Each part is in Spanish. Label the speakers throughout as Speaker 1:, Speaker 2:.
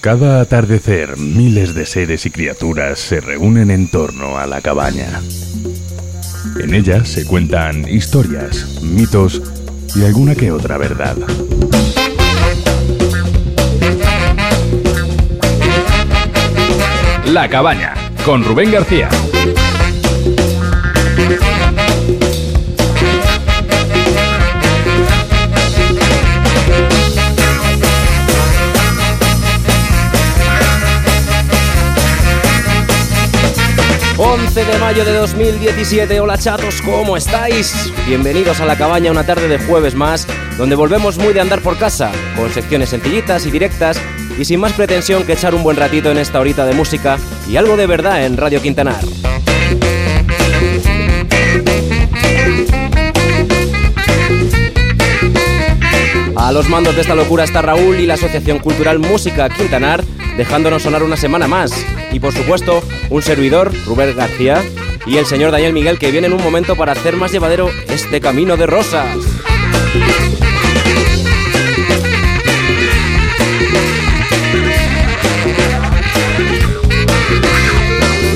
Speaker 1: Cada atardecer, miles de seres y criaturas se reúnen en torno a la cabaña. En ella se cuentan historias, mitos y alguna que otra verdad.
Speaker 2: La Cabaña, con Rubén García.
Speaker 3: de mayo de 2017. Hola chatos, ¿cómo estáis? Bienvenidos a la cabaña una tarde de jueves más, donde volvemos muy de andar por casa, con secciones sencillitas y directas y sin más pretensión que echar un buen ratito en esta horita de música y algo de verdad en Radio Quintanar. A los mandos de esta locura está Raúl y la Asociación Cultural Música Quintanar, dejándonos sonar una semana más. Y por supuesto, un servidor, Rubén García, y el señor Daniel Miguel, que viene en un momento para hacer más llevadero este camino de rosas.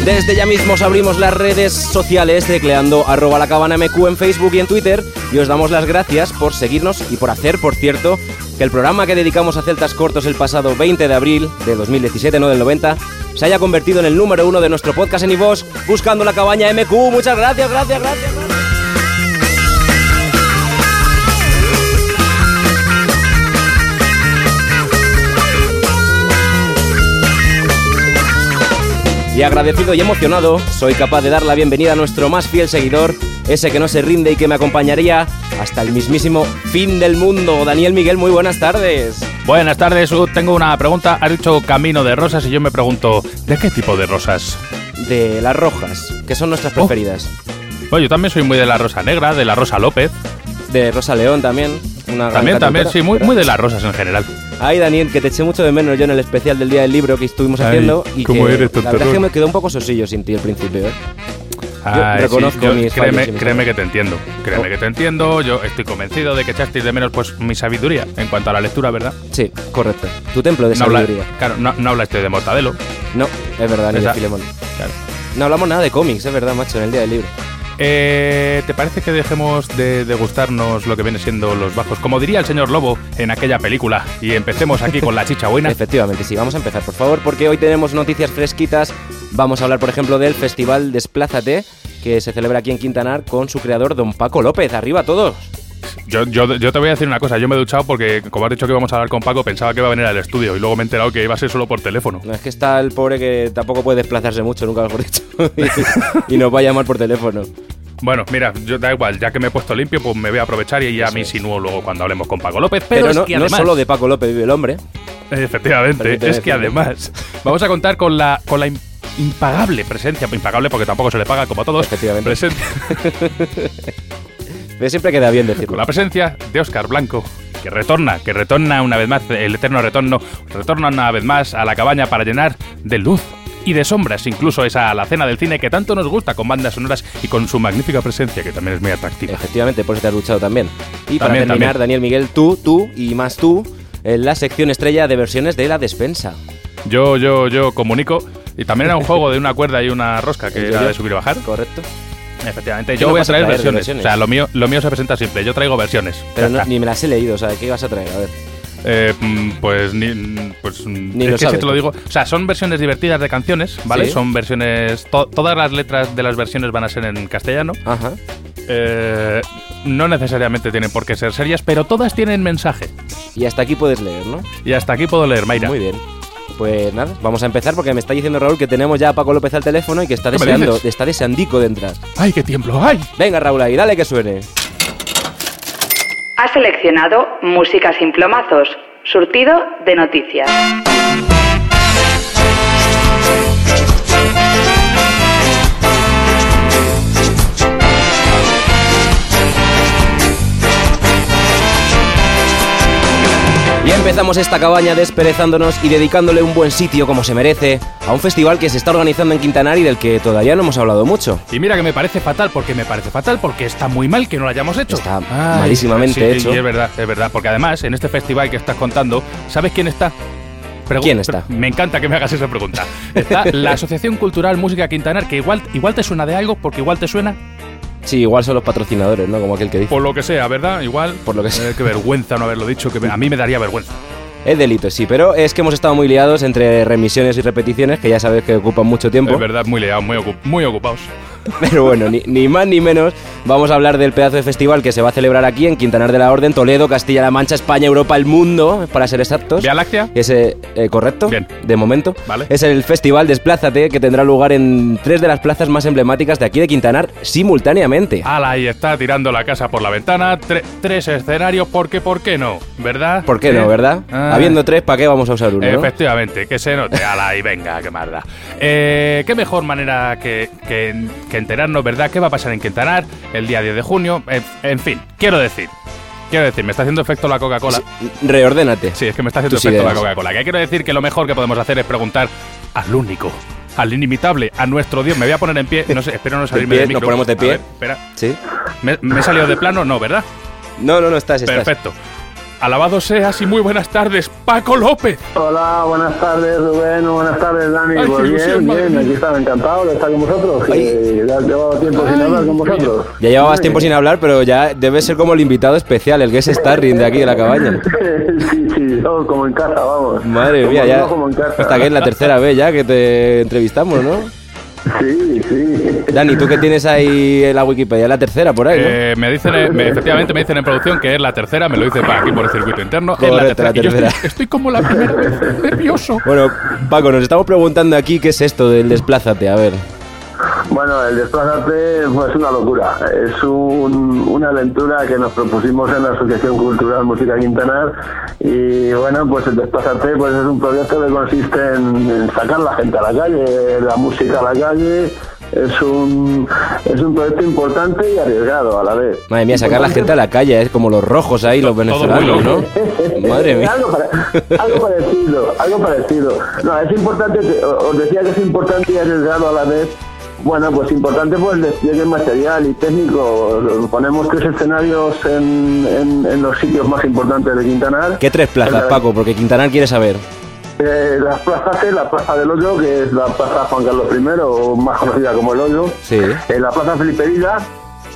Speaker 3: Desde ya mismo os abrimos las redes sociales tecleando arroba la cabana MQ en Facebook y en Twitter y os damos las gracias por seguirnos y por hacer, por cierto, que el programa que dedicamos a celtas cortos el pasado 20 de abril de 2017, no del 90, se haya convertido en el número uno de nuestro podcast en iVoox, buscando la cabaña MQ. Muchas gracias, gracias, gracias. gracias. Y agradecido y emocionado, soy capaz de dar la bienvenida a nuestro más fiel seguidor, ese que no se rinde y que me acompañaría hasta el mismísimo fin del mundo. Daniel Miguel, muy buenas tardes.
Speaker 2: Buenas tardes, Ud. Tengo una pregunta. Has dicho camino de rosas y yo me pregunto, ¿de qué tipo de rosas?
Speaker 3: De las rojas, que son nuestras preferidas.
Speaker 2: Oh. Bueno, yo también soy muy de la rosa negra, de la rosa López.
Speaker 3: De Rosa León también. Una
Speaker 2: también, también, sí, muy, muy de las rosas en general.
Speaker 3: Ay, Daniel, que te eché mucho de menos yo en el especial del Día del Libro que estuvimos Ay, haciendo. Y
Speaker 1: ¿cómo
Speaker 3: que,
Speaker 1: eres,
Speaker 3: La verdad es que me quedó un poco sosillo sin ti al principio, ¿eh?
Speaker 2: Yo Ay, reconozco sí, yo, mis créeme, mis créeme que te entiendo. Créeme oh. que te entiendo. Yo estoy convencido de que echasteis de menos pues mi sabiduría en cuanto a la lectura, ¿verdad?
Speaker 3: Sí, correcto. Tu templo de
Speaker 2: no
Speaker 3: sabiduría.
Speaker 2: Habla, claro, no, no hablaste de Mortadelo.
Speaker 3: No, es verdad, ni Esa, de Filemón. Claro. No hablamos nada de cómics, es verdad, macho, en el Día del Libro.
Speaker 2: Eh, ¿Te parece que dejemos de degustarnos lo que viene siendo los bajos? Como diría el señor Lobo en aquella película. Y empecemos aquí con la chicha buena.
Speaker 3: Efectivamente, sí, vamos a empezar, por favor, porque hoy tenemos noticias fresquitas. Vamos a hablar, por ejemplo, del Festival Desplázate, que se celebra aquí en Quintanar con su creador, don Paco López. ¡Arriba todos!
Speaker 2: Yo, yo, yo, te voy a decir una cosa, yo me he duchado porque, como has dicho que íbamos a hablar con Paco, pensaba que iba a venir al estudio y luego me he enterado que iba a ser solo por teléfono.
Speaker 3: No, es que está el pobre que tampoco puede desplazarse mucho, nunca mejor dicho, y, y nos va a llamar por teléfono.
Speaker 2: Bueno, mira, yo da igual, ya que me he puesto limpio, pues me voy a aprovechar y ya Eso me insinúo es. luego cuando hablemos con Paco López.
Speaker 3: Pero, pero
Speaker 2: es
Speaker 3: no, que además... no solo de Paco López vive el hombre.
Speaker 2: Efectivamente, Permíteme es que además vamos a contar con la, con la impagable presencia, impagable porque tampoco se le paga como a todos,
Speaker 3: Efectivamente.
Speaker 2: presencia...
Speaker 3: eh, siempre queda bien decirlo.
Speaker 2: Con la presencia de Oscar Blanco, que retorna, que retorna una vez más, el eterno retorno, retorna una vez más a la cabaña para llenar de luz y de sombras, incluso esa alacena del cine que tanto nos gusta con bandas sonoras y con su magnífica presencia, que también es muy atractiva.
Speaker 3: Efectivamente, por eso te has luchado también. Y también, para terminar, también. Daniel Miguel, tú, tú y más tú, en la sección estrella de versiones de la despensa.
Speaker 2: Yo, yo, yo comunico. Y también era un juego de una cuerda y una rosca que yo, era yo. de subir y bajar.
Speaker 3: Correcto.
Speaker 2: Efectivamente, yo no voy a traer, a traer versiones? versiones. O sea, lo mío, lo mío se presenta simple, yo traigo versiones.
Speaker 3: Pero no, ni me las he leído, o sea, ¿qué vas a traer? A ver.
Speaker 2: Eh, pues ni, pues,
Speaker 3: ni
Speaker 2: es
Speaker 3: lo
Speaker 2: que
Speaker 3: sabes.
Speaker 2: Si te lo digo. O sea, son versiones divertidas de canciones, ¿vale?
Speaker 3: ¿Sí?
Speaker 2: Son versiones. To, todas las letras de las versiones van a ser en castellano.
Speaker 3: Ajá.
Speaker 2: Eh, no necesariamente tienen por qué ser serias, pero todas tienen mensaje.
Speaker 3: Y hasta aquí puedes leer, ¿no?
Speaker 2: Y hasta aquí puedo leer, Mayra.
Speaker 3: Muy bien. Pues nada, vamos a empezar porque me está diciendo Raúl que tenemos ya a Paco López al teléfono y que está deseando, está deseandico de entrar.
Speaker 2: ¡Ay, qué tiemblo! ¡Ay!
Speaker 3: Venga, Raúl, ahí, dale que suene.
Speaker 4: Ha seleccionado Música sin plomazos, surtido de noticias.
Speaker 3: Y empezamos esta cabaña desperezándonos y dedicándole un buen sitio como se merece a un festival que se está organizando en Quintanar y del que todavía no hemos hablado mucho.
Speaker 2: Y mira que me parece fatal, porque me parece fatal, porque está muy mal que no lo hayamos hecho.
Speaker 3: Está Ay, malísimamente
Speaker 2: sí,
Speaker 3: hecho.
Speaker 2: Y es verdad, es verdad, porque además en este festival que estás contando, ¿sabes quién está? Pregu-
Speaker 3: ¿Quién está?
Speaker 2: pre- Me encanta que me hagas esa pregunta. Está la Asociación Cultural Música Quintanar, que igual, igual te suena de algo, porque igual te suena
Speaker 3: Sí, igual son los patrocinadores, ¿no? Como aquel que dice.
Speaker 2: por lo que sea, ¿verdad? Igual.
Speaker 3: Por lo que sea.
Speaker 2: Eh, qué vergüenza no haberlo dicho, que me- a mí me daría vergüenza.
Speaker 3: Es delito, sí, pero es que hemos estado muy liados entre remisiones y repeticiones, que ya sabes que ocupan mucho tiempo.
Speaker 2: Es verdad, muy leados, muy, ocu- muy ocupados.
Speaker 3: Pero bueno, ni, ni más ni menos vamos a hablar del pedazo de festival que se va a celebrar aquí en Quintanar de la Orden, Toledo, Castilla-La Mancha, España, Europa, el mundo, para ser exactos.
Speaker 2: ¿Vía Láctea?
Speaker 3: Ese, eh, correcto,
Speaker 2: Bien.
Speaker 3: de momento.
Speaker 2: Vale.
Speaker 3: Es el festival Desplázate que tendrá lugar en tres de las plazas más emblemáticas de aquí de Quintanar simultáneamente.
Speaker 2: Ala, ahí está tirando la casa por la ventana. tre- tres escenarios, porque ¿por qué no? ¿Verdad?
Speaker 3: ¿Por qué no,
Speaker 2: ¿Eh?
Speaker 3: verdad?
Speaker 2: Ah.
Speaker 3: Habiendo tres, ¿para qué vamos a usar uno? no?
Speaker 2: Efectivamente, que se note. Ala, y venga, qué más da. Eh, qué mejor manera que, que- que enterarnos, ¿verdad? ¿Qué va a pasar en Quintanar el día 10 de junio? En, en fin, quiero decir. Quiero decir, me está haciendo efecto la Coca-Cola. Sí,
Speaker 3: Reordénate.
Speaker 2: es que me está haciendo
Speaker 3: Tus
Speaker 2: efecto la
Speaker 3: ideas.
Speaker 2: Coca-Cola. Que quiero decir que lo mejor que podemos hacer es preguntar al único, al inimitable, a nuestro Dios. Me voy a poner en pie. No sé, espero no salirme
Speaker 3: pie,
Speaker 2: del micro.
Speaker 3: nos ponemos de
Speaker 2: A
Speaker 3: pie.
Speaker 2: ver, espera.
Speaker 3: ¿Sí?
Speaker 2: ¿Me, me he salido de plano? No, ¿verdad?
Speaker 3: No, no, no estás, estás.
Speaker 2: Perfecto. Alabado seas y muy buenas tardes, Paco López.
Speaker 5: Hola, buenas tardes Rubén, buenas tardes Dani.
Speaker 2: Ay, qué
Speaker 5: pues bien,
Speaker 2: ilusión, madre
Speaker 5: bien,
Speaker 2: mía.
Speaker 5: aquí estaba encantado de estar con vosotros. que
Speaker 3: Ay.
Speaker 5: Ya llevaba tiempo sin hablar con vosotros.
Speaker 3: Ya llevabas
Speaker 5: Muy
Speaker 3: tiempo sin hablar, pero ya debes ser como el invitado especial, el guest starring de aquí de la cabaña.
Speaker 5: bien. sí, sí, todo como en casa, vamos.
Speaker 3: Madre
Speaker 5: Como
Speaker 3: mía, ya.
Speaker 5: no, como en casa.
Speaker 3: Hasta que es la tercera vez ya que te entrevistamos, ¿no?
Speaker 5: Sí, sí.
Speaker 3: Dani, tú que tienes ahí en la Wikipedia, la tercera por ahí, ¿no?
Speaker 2: Eh, me dicen, eh, me- efectivamente, me dicen en producción que es la tercera, me lo dicen para aquí por el circuito interno. es
Speaker 3: Correcto, la
Speaker 2: Y yo estoy-
Speaker 3: tercera.
Speaker 2: Estoy, como la primera vez, nervioso.
Speaker 3: Bueno, Paco, nos estamos preguntando aquí qué es esto del desplázate, a ver.
Speaker 5: Bueno, el desplazarte fue una locura. Es un- una aventura que nos propusimos en la Asociación Cultural Música Quintanar y bueno, pues el desplazarte pues es un proyecto que consiste en, en sacar la gente a la calle, la música a la calle. Es un, es un proyecto importante y arriesgado a la vez.
Speaker 3: Madre mía, sacar a la gente a la calle, es como los rojos ahí, los
Speaker 2: muy
Speaker 3: venezolanos, ¿no?
Speaker 2: loco.
Speaker 3: Madre mía.
Speaker 5: Algo, para- algo parecido, algo parecido. No, es importante, que- os decía que es importante y arriesgado a la vez. Bueno, pues importante pues el despliegue material y técnico. Ponemos tres escenarios en, en- en los sitios más importantes de Quintanar.
Speaker 3: ¿Qué tres plazas, Paco? Porque Quintanar quiere saber.
Speaker 5: Eh, la plaza C, la plaza del Hoyo, que es la plaza Juan Carlos I, o más conocida como el Hoyo.
Speaker 3: Sí.
Speaker 5: Eh, la plaza Filiperida,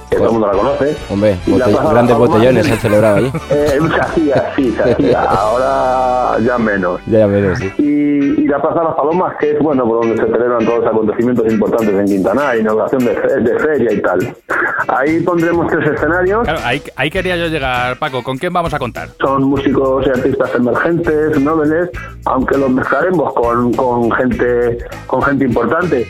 Speaker 5: que todo el mundo la conoce.
Speaker 3: Hombre,
Speaker 5: Y la
Speaker 3: bote-
Speaker 5: plaza de la
Speaker 3: grandes
Speaker 5: Paloma.
Speaker 3: botellones se han celebrado ahí.
Speaker 5: Eh, se hacía, sí, se hacía. Ahora ya menos.
Speaker 3: Ya, ya veremos, sí.
Speaker 5: y, y la Plaza de las Palomas, que es bueno por donde se celebran todos los acontecimientos importantes en Quintana, inauguración de, fe- de feria y tal. Ahí pondremos tres escenarios.
Speaker 2: Claro, ahí, ahí quería yo llegar, Paco. ¿Con quién vamos a contar?
Speaker 5: Son músicos y artistas emergentes, nobles, aunque los mezclaremos con, con gente con gente importante.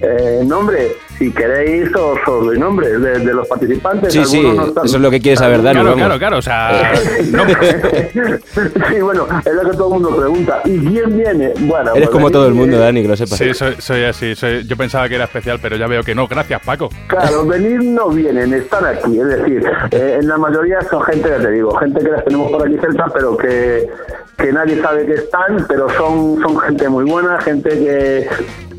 Speaker 5: Eh, nombre, si queréis, os, os doy nombres de, de los participantes.
Speaker 3: Sí, sí,
Speaker 5: Algunos no están-
Speaker 3: eso es lo que quiere saber Dani,
Speaker 2: claro,
Speaker 3: vamos. Eh,
Speaker 2: claro, claro. O sea, no,
Speaker 5: sí, bueno, es lo que todo el mundo pregunta. ¿Y quién viene? Bueno,
Speaker 3: Eres
Speaker 5: pues
Speaker 3: como
Speaker 5: aquí
Speaker 3: todo el mundo,
Speaker 5: viene-
Speaker 3: Dani, que lo sepas.
Speaker 2: sí, soy, soy así. soy- yo pensaba que era especial, pero ya veo que no. Gracias, Paco.
Speaker 5: Claro, venir no vienen, están aquí. Es decir, eh, en la mayoría son gente, ya te digo, gente que las tenemos por aquí cerca, pero que, que nadie sabe que están, pero son, son gente muy buena, gente que...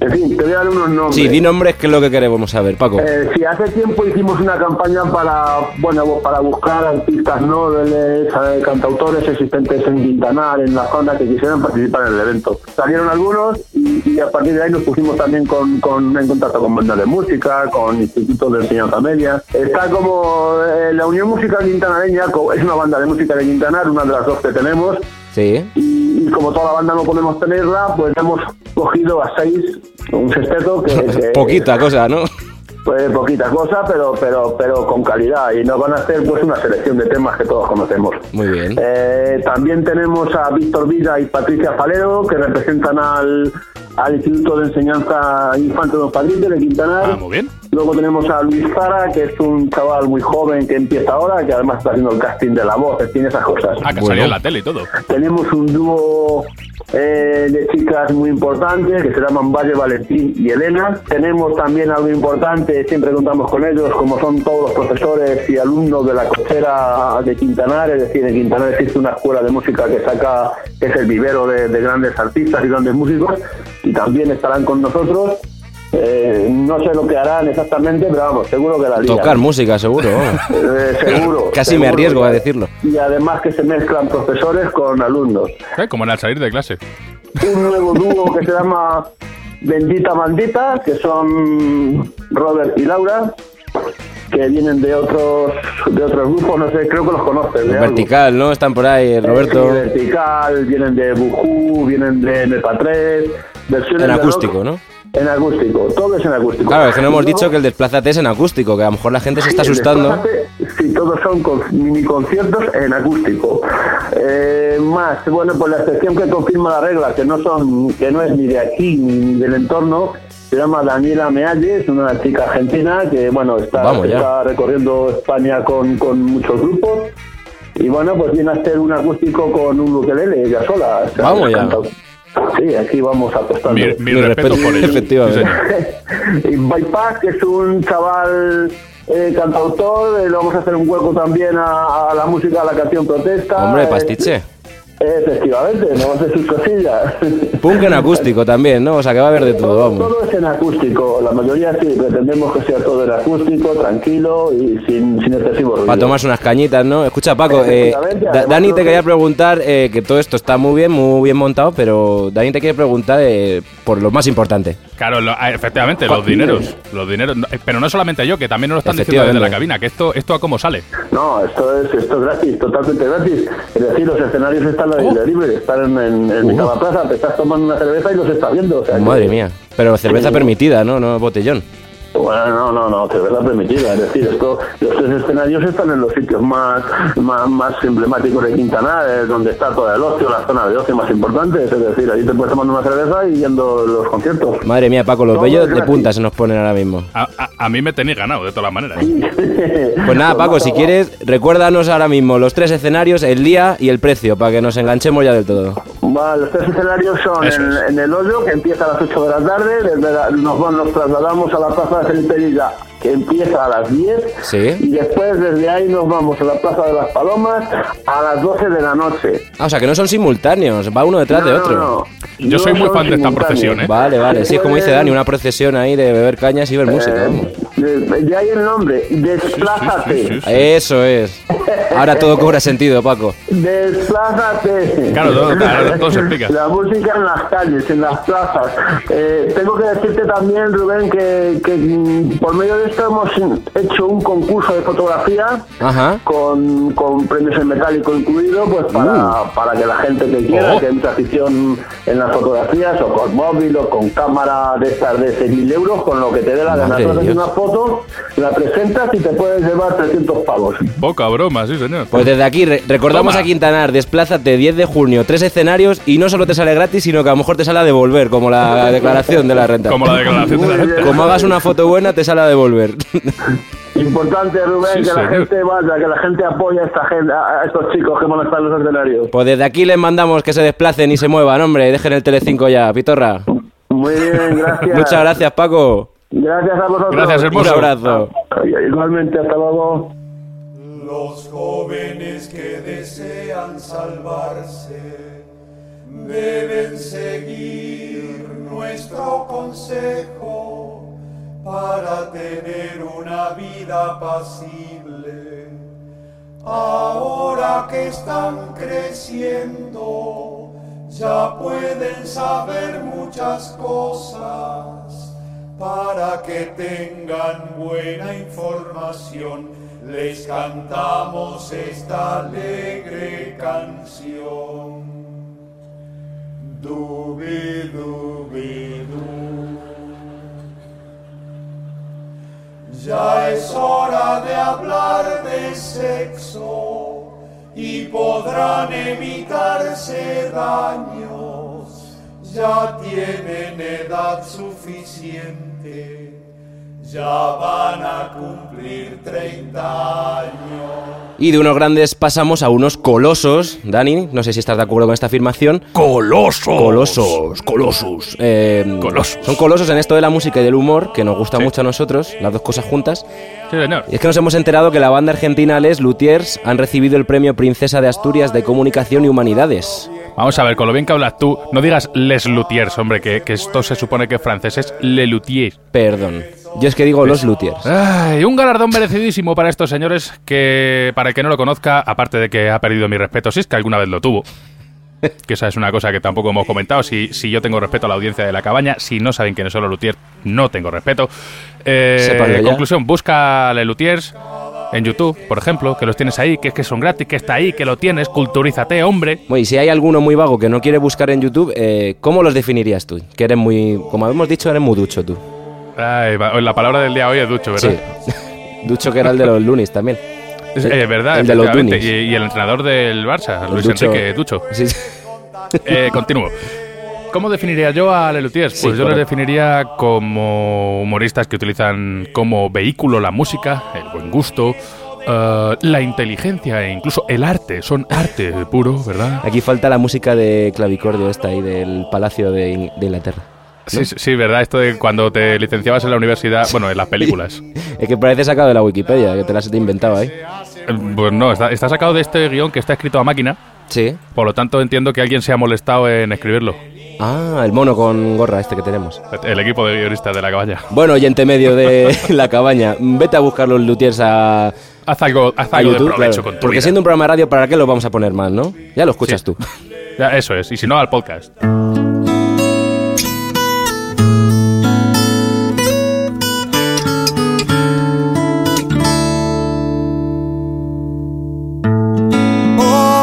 Speaker 5: En fin, te voy a dar unos nombres.
Speaker 3: Sí, di nombres que es lo que queremos saber, Paco.
Speaker 5: Eh, sí, hace tiempo hicimos una campaña para bueno pues para buscar artistas nobles, eh, cantautores existentes en Quintanar, en la zona que quisieran participar en el evento. Salieron algunos y, y a partir de ahí nos pusimos también con, con- en contacto con bandas de música, con institutos de enseñanza media. Está como eh, la Unión Musical Quintanareña, co- es una banda de música de Quintanar, una de las dos que tenemos,
Speaker 3: Sí.
Speaker 5: y, y como toda la banda no podemos tenerla, pues hemos cogido a seis, un sexteto que... que-
Speaker 3: Poquita cosa, ¿no?
Speaker 5: pues poquita cosa, pero, pero, pero con calidad. Y nos van a hacer pues una selección de temas que todos conocemos.
Speaker 3: Muy bien.
Speaker 5: Eh, también tenemos a Víctor Villa y Patricia Palero, que representan al, al Instituto de Enseñanza Infante Don Patricio de Quintanar.
Speaker 2: Ah, muy bien.
Speaker 5: Luego tenemos a Luis Zara, que es un chaval muy joven que empieza ahora, que además está haciendo el casting de la voz, tiene esas cosas.
Speaker 2: Ah, que
Speaker 3: Bueno.
Speaker 2: salió en la tele y todo.
Speaker 5: Tenemos un dúo eh, de chicas muy importantes que se llaman Valle Valentín y Elena. Tenemos también algo importante, siempre contamos con ellos, como son todos los profesores y alumnos de la cochera de Quintanar, es decir, en Quintanar existe una escuela de música que saca, que es el vivero de, de grandes artistas y grandes músicos, y también estarán con nosotros. Eh, no sé lo que harán exactamente, pero vamos, seguro que la lían.
Speaker 3: Tocar música, seguro. vamos.
Speaker 5: Eh, seguro.
Speaker 3: Casi me
Speaker 5: seguro.
Speaker 3: arriesgo a decirlo.
Speaker 5: Y además que se mezclan profesores con alumnos.
Speaker 2: Eh, Como en al salir de clase.
Speaker 5: un nuevo dúo que se llama Bendita Maldita, que son Robert y Laura, que vienen de otros de otros grupos, no sé, creo que los conoces. de algo.
Speaker 3: Vertical, ¿no? Están por ahí,
Speaker 5: Eh,
Speaker 3: Roberto.
Speaker 5: vertical, vienen de Bujú, vienen de Nepa 3, versiones
Speaker 3: En
Speaker 5: de rock
Speaker 3: acústico, ¿no?
Speaker 5: En acústico, todo es en acústico.
Speaker 3: Claro, es que no hemos
Speaker 5: Yo-
Speaker 3: dicho que el Desplázate es en acústico, que a lo mejor la gente se está
Speaker 5: Sí,
Speaker 3: asustando.
Speaker 5: desplázate, Sí, todos son con- mini conciertos en acústico. Eh, más, bueno, pues la excepción que confirma la regla, que no son, que no es ni de aquí ni del entorno, se llama Daniela Mealles, una chica argentina que bueno está,
Speaker 3: Vamos ya.
Speaker 5: está recorriendo España con, con muchos grupos. Y bueno, pues viene a hacer un acústico con un ukelele, ella sola. O sea,
Speaker 3: Vamos ya.
Speaker 5: canta- Sí, aquí vamos apostando.
Speaker 2: Mi, mi
Speaker 3: Mi
Speaker 2: respeto
Speaker 3: respeto,
Speaker 2: por ello.
Speaker 3: efectivamente.
Speaker 2: Sí, señor.
Speaker 5: Y Bypass, que es un chaval eh, cantautor, eh, le vamos a hacer un hueco también a, a la música, a la canción protesta.
Speaker 3: Hombre,
Speaker 5: eh,
Speaker 3: pastiche.
Speaker 5: efectivamente, nos va a hacer sus cosillas.
Speaker 3: Punk en acústico también, ¿no? O sea, que va a haber de todo, vamos.
Speaker 5: Todo es en acústico, la mayoría sí, pretendemos que sea todo en acústico, tranquilo y sin, sin excesivo ruido.
Speaker 3: Para tomarse unas cañitas, ¿no? Escucha, Paco, eh,
Speaker 5: Efectivamente,
Speaker 3: Da-
Speaker 5: además
Speaker 3: Dani
Speaker 5: creo
Speaker 3: te
Speaker 5: que-
Speaker 3: quería preguntar, eh, que todo esto está muy bien, muy bien montado, pero Dani te quiere preguntar eh, por lo más importante.
Speaker 2: Claro, lo- ah, efectivamente, los dineros. Los dineros. no- eh, Pero no solamente yo, que también nos lo están diciendo desde la
Speaker 3: Efectivamente.
Speaker 2: cabina, que esto, esto a cómo sale.
Speaker 5: No, esto es, esto es gratis, totalmente gratis. Es decir, los escenarios están
Speaker 3: Oh.
Speaker 5: al aire libre, están en, en, en cada plaza, te estás tomando una cerveza y los estás viendo. o sea que-
Speaker 3: Madre mía. Pero cerveza
Speaker 5: Sí.
Speaker 3: permitida, ¿no? No botellón.
Speaker 5: Bueno, no, no, no, cerveza permitida. Es decir, esto, los tres escenarios están en los sitios más, más, más emblemáticos de Quintana, eh, donde está todo el ocio, la zona de ocio más importante. Es decir, ahí te puedes tomar una cerveza y yendo a los conciertos.
Speaker 3: Madre mía, Paco, los
Speaker 5: No,
Speaker 3: bellos
Speaker 5: es
Speaker 3: de
Speaker 5: gratis.
Speaker 3: punta se nos ponen ahora mismo.
Speaker 2: A, a- a mí me tenéis ganado, de todas las maneras.
Speaker 3: Pues
Speaker 5: Pues
Speaker 3: nada, Paco,
Speaker 5: más
Speaker 3: si
Speaker 5: o-
Speaker 3: quieres, recuérdanos ahora mismo los tres escenarios, el día y el precio, para que nos enganchemos ya del todo.
Speaker 5: Vale, los tres escenarios son
Speaker 2: Eso
Speaker 5: en,
Speaker 2: es.
Speaker 5: en el hoyo, que empieza a las 8 de la tarde, desde la- nos, van- nos trasladamos a la plaza de Felipe Villa, que empieza a las 10,
Speaker 3: Sí.
Speaker 5: y después desde ahí nos vamos a la plaza de las Palomas a las 12 de la noche.
Speaker 3: Ah, o sea, que no son simultáneos, va uno detrás
Speaker 5: No,
Speaker 3: de
Speaker 5: no,
Speaker 3: otro.
Speaker 5: no.
Speaker 2: Yo soy muy
Speaker 5: son
Speaker 2: fan de esta
Speaker 5: simultáneos.
Speaker 2: procesión, ¿eh?
Speaker 3: Vale, vale, sí, es como dice Dani, una procesión ahí de beber cañas y ver música. vamos.
Speaker 5: Eh, de, de ahí el nombre, desplázate.
Speaker 2: Sí, sí, sí.
Speaker 3: Eso es. Ahora todo cobra sentido, Paco.
Speaker 5: Desplázate.
Speaker 2: Claro, todo- claro, todo se explica.
Speaker 5: La música en las calles, en las plazas. Eh, tengo que decirte también, Rubén, que, que, mm, por medio de esto hemos hecho un concurso de fotografía
Speaker 3: Ajá.
Speaker 5: con, con premios en metálico incluido, pues para,
Speaker 3: Mm.
Speaker 5: para que la gente que quiera,
Speaker 2: Oh.
Speaker 5: que hay mucha afición en las fotografías, o con móvil, o con cámara de estas de 6.000 euros, con lo que te dé la gana.
Speaker 3: Madre
Speaker 5: Tú
Speaker 3: de
Speaker 5: haces
Speaker 3: Dios.
Speaker 5: una foto, la presentas y te puedes llevar 300 pavos.
Speaker 2: Poca broma, sí, señor.
Speaker 3: Pues desde aquí re- recordamos
Speaker 2: Toma.
Speaker 3: a Quintanar, desplázate 10 de junio, tres escenarios y no solo te sale gratis, sino que a lo mejor te sale a devolver, como la declaración de la renta.
Speaker 2: Como la declaración de la
Speaker 5: Muy
Speaker 2: gente.
Speaker 5: bien.
Speaker 3: Como hagas una foto buena, te sale a devolver.
Speaker 5: Importante, Rubén,
Speaker 2: Sí,
Speaker 5: que la
Speaker 2: señor.
Speaker 5: gente vaya, que la gente apoye a, esta gente, a a estos chicos que van a estar en los escenarios.
Speaker 3: Pues desde aquí les mandamos que se desplacen y se muevan, hombre. Dejen el Telecinco ya, Pitorra.
Speaker 5: Muy bien, gracias.
Speaker 3: Muchas gracias, Paco.
Speaker 5: Gracias a vosotros.
Speaker 2: Gracias,
Speaker 3: Un
Speaker 2: hermoso.
Speaker 3: abrazo.
Speaker 5: Igualmente, hasta luego.
Speaker 6: Los jóvenes que desean salvarse deben seguir nuestro consejo para tener una vida pasible. Ahora que están creciendo, ya pueden saber muchas cosas. Para que tengan buena información, les cantamos esta alegre canción. Dubi, dubi, du. Ya es hora de hablar de sexo y podrán evitarse daños. Ya tienen edad suficiente, ya van a cumplir 30 años.
Speaker 3: Y de unos grandes pasamos a unos colosos. Dani, no sé si estás de acuerdo con esta afirmación.
Speaker 1: Colosos.
Speaker 3: Colosos.
Speaker 1: Colosos.
Speaker 3: Eh,
Speaker 1: Colosos.
Speaker 3: Son colosos en esto de la música y del humor, que nos gusta mucho a nosotros, las dos cosas juntas.
Speaker 2: Sí, señor.
Speaker 3: Y es que nos hemos enterado que la banda argentina Les Luthiers han recibido el premio Princesa de Asturias de Comunicación y Humanidades.
Speaker 2: Vamos a ver, con lo bien que hablas tú, no digas les luthiers, hombre, que, que esto se supone que es francés, es le luthiers.
Speaker 3: Perdón. Yo es que digo Los Luthiers.
Speaker 2: ¿Eh? Ay, un galardón merecidísimo para estos señores que, para el que no lo conozca, aparte de que ha perdido mi respeto, si es que alguna vez lo tuvo. que esa es una cosa que tampoco hemos comentado. Si, si yo tengo respeto a la audiencia de la cabaña, si no saben quiénes son los Lutiers, no tengo respeto. Eh,
Speaker 3: Sépanlo ya.
Speaker 2: conclusión, busca a los Lutiers en YouTube, por ejemplo, que los tienes ahí, que es que son gratis, que está ahí, que lo tienes, culturízate, hombre.
Speaker 3: Bueno, y si hay alguno muy vago que no quiere buscar en YouTube, eh, ¿cómo los definirías tú? Que eres muy, como hemos dicho, eres muy ducho tú.
Speaker 2: Ay, va- la palabra del día hoy es ducho, ¿verdad?
Speaker 3: Sí. ducho que era el de los lunes también.
Speaker 2: Es eh, verdad,
Speaker 3: El de los
Speaker 2: efectivamente.
Speaker 3: Dunis.
Speaker 2: Y, y el entrenador del Barça,
Speaker 3: El
Speaker 2: Luis Enrique Ducho.
Speaker 3: Sí, sí.
Speaker 2: Eh, continúo. ¿Cómo definiría yo a Lelutiers? Pues
Speaker 3: Sí,
Speaker 2: yo les
Speaker 3: correcto.
Speaker 2: definiría como humoristas que utilizan como vehículo la música, el buen gusto, eh, la inteligencia e incluso el arte. Son arte puro, ¿verdad?
Speaker 3: Aquí falta la música de clavicordio esta ahí del Palacio de, In- de Inglaterra.
Speaker 2: Sí, sí, sí, ¿verdad? Esto de cuando te licenciabas en la universidad, bueno, en las películas.
Speaker 3: Es que parece sacado de la Wikipedia, que te las has inventado ahí.
Speaker 2: Eh, Pues no, está, está sacado de este guión que está escrito a máquina,
Speaker 3: Sí.
Speaker 2: por lo tanto entiendo que alguien se ha molestado en escribirlo.
Speaker 3: Ah, el mono con gorra este que tenemos.
Speaker 2: El equipo de guionistas de la cabaña.
Speaker 3: Bueno, oyente medio de la cabaña, vete a buscar los luthiers a, a
Speaker 2: Haz algo, haz algo de
Speaker 3: YouTube,
Speaker 2: provecho
Speaker 3: claro.
Speaker 2: con tu
Speaker 3: Porque
Speaker 2: vida.
Speaker 3: siendo un programa de radio, ¿para qué lo vamos a poner mal, no? Ya lo escuchas
Speaker 2: Sí.
Speaker 3: tú.
Speaker 2: Ya, eso es, y si no, al podcast.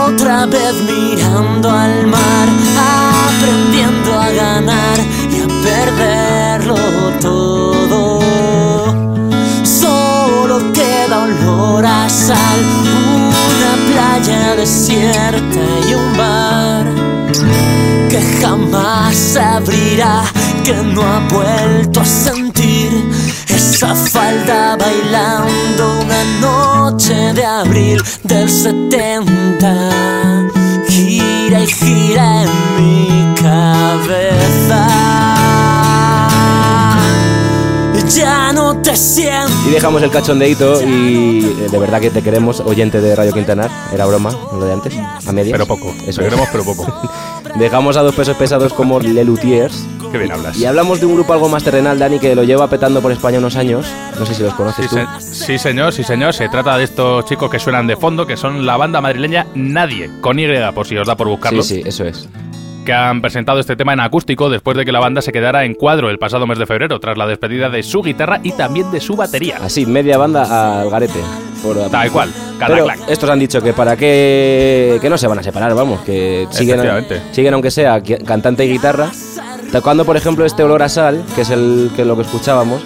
Speaker 7: Otra vez mirando al mar, aprendiendo a ganar y a perderlo todo. Solo queda olor a sal, una playa desierta y un bar que jamás se abrirá, que no ha vuelto a sentir esa falda bailando una noche de abril del 70. Gira y gira en mi cabeza. Ya no te siento.
Speaker 3: Y dejamos el cachondeito y eh, de verdad que te queremos, oyente de Radio Quintanar. Era broma, lo de antes, a medias.
Speaker 2: Pero poco.
Speaker 3: Eso
Speaker 2: Lo
Speaker 3: es.
Speaker 2: queremos, pero poco.
Speaker 3: Dejamos a dos pesos pesados como Lelutiers.
Speaker 2: Qué bien hablas.
Speaker 3: Y hablamos de un grupo algo más terrenal, Dani, que lo lleva petando por España unos años. No sé si los
Speaker 2: Sí,
Speaker 3: conoces tú.
Speaker 2: se- sí, señor, sí, señor. Se trata de estos chicos que suenan de fondo, que son la banda madrileña Nadie, con Y, por si os da por buscarlo,
Speaker 3: Sí, sí, eso es.
Speaker 2: que han presentado este tema en acústico después de que la banda se quedara en cuadro el pasado mes de febrero, tras la despedida de su guitarra y también de su batería.
Speaker 3: Así, media banda al garete. Por,
Speaker 2: Tal cual, cada
Speaker 3: Pero
Speaker 2: clac.
Speaker 3: estos han dicho que para qué que no se van a separar, vamos, que siguen,
Speaker 2: Efectivamente.
Speaker 3: siguen aunque sea qui- cantante y guitarra, tocando por ejemplo este olor a sal, que es el que es lo que escuchábamos.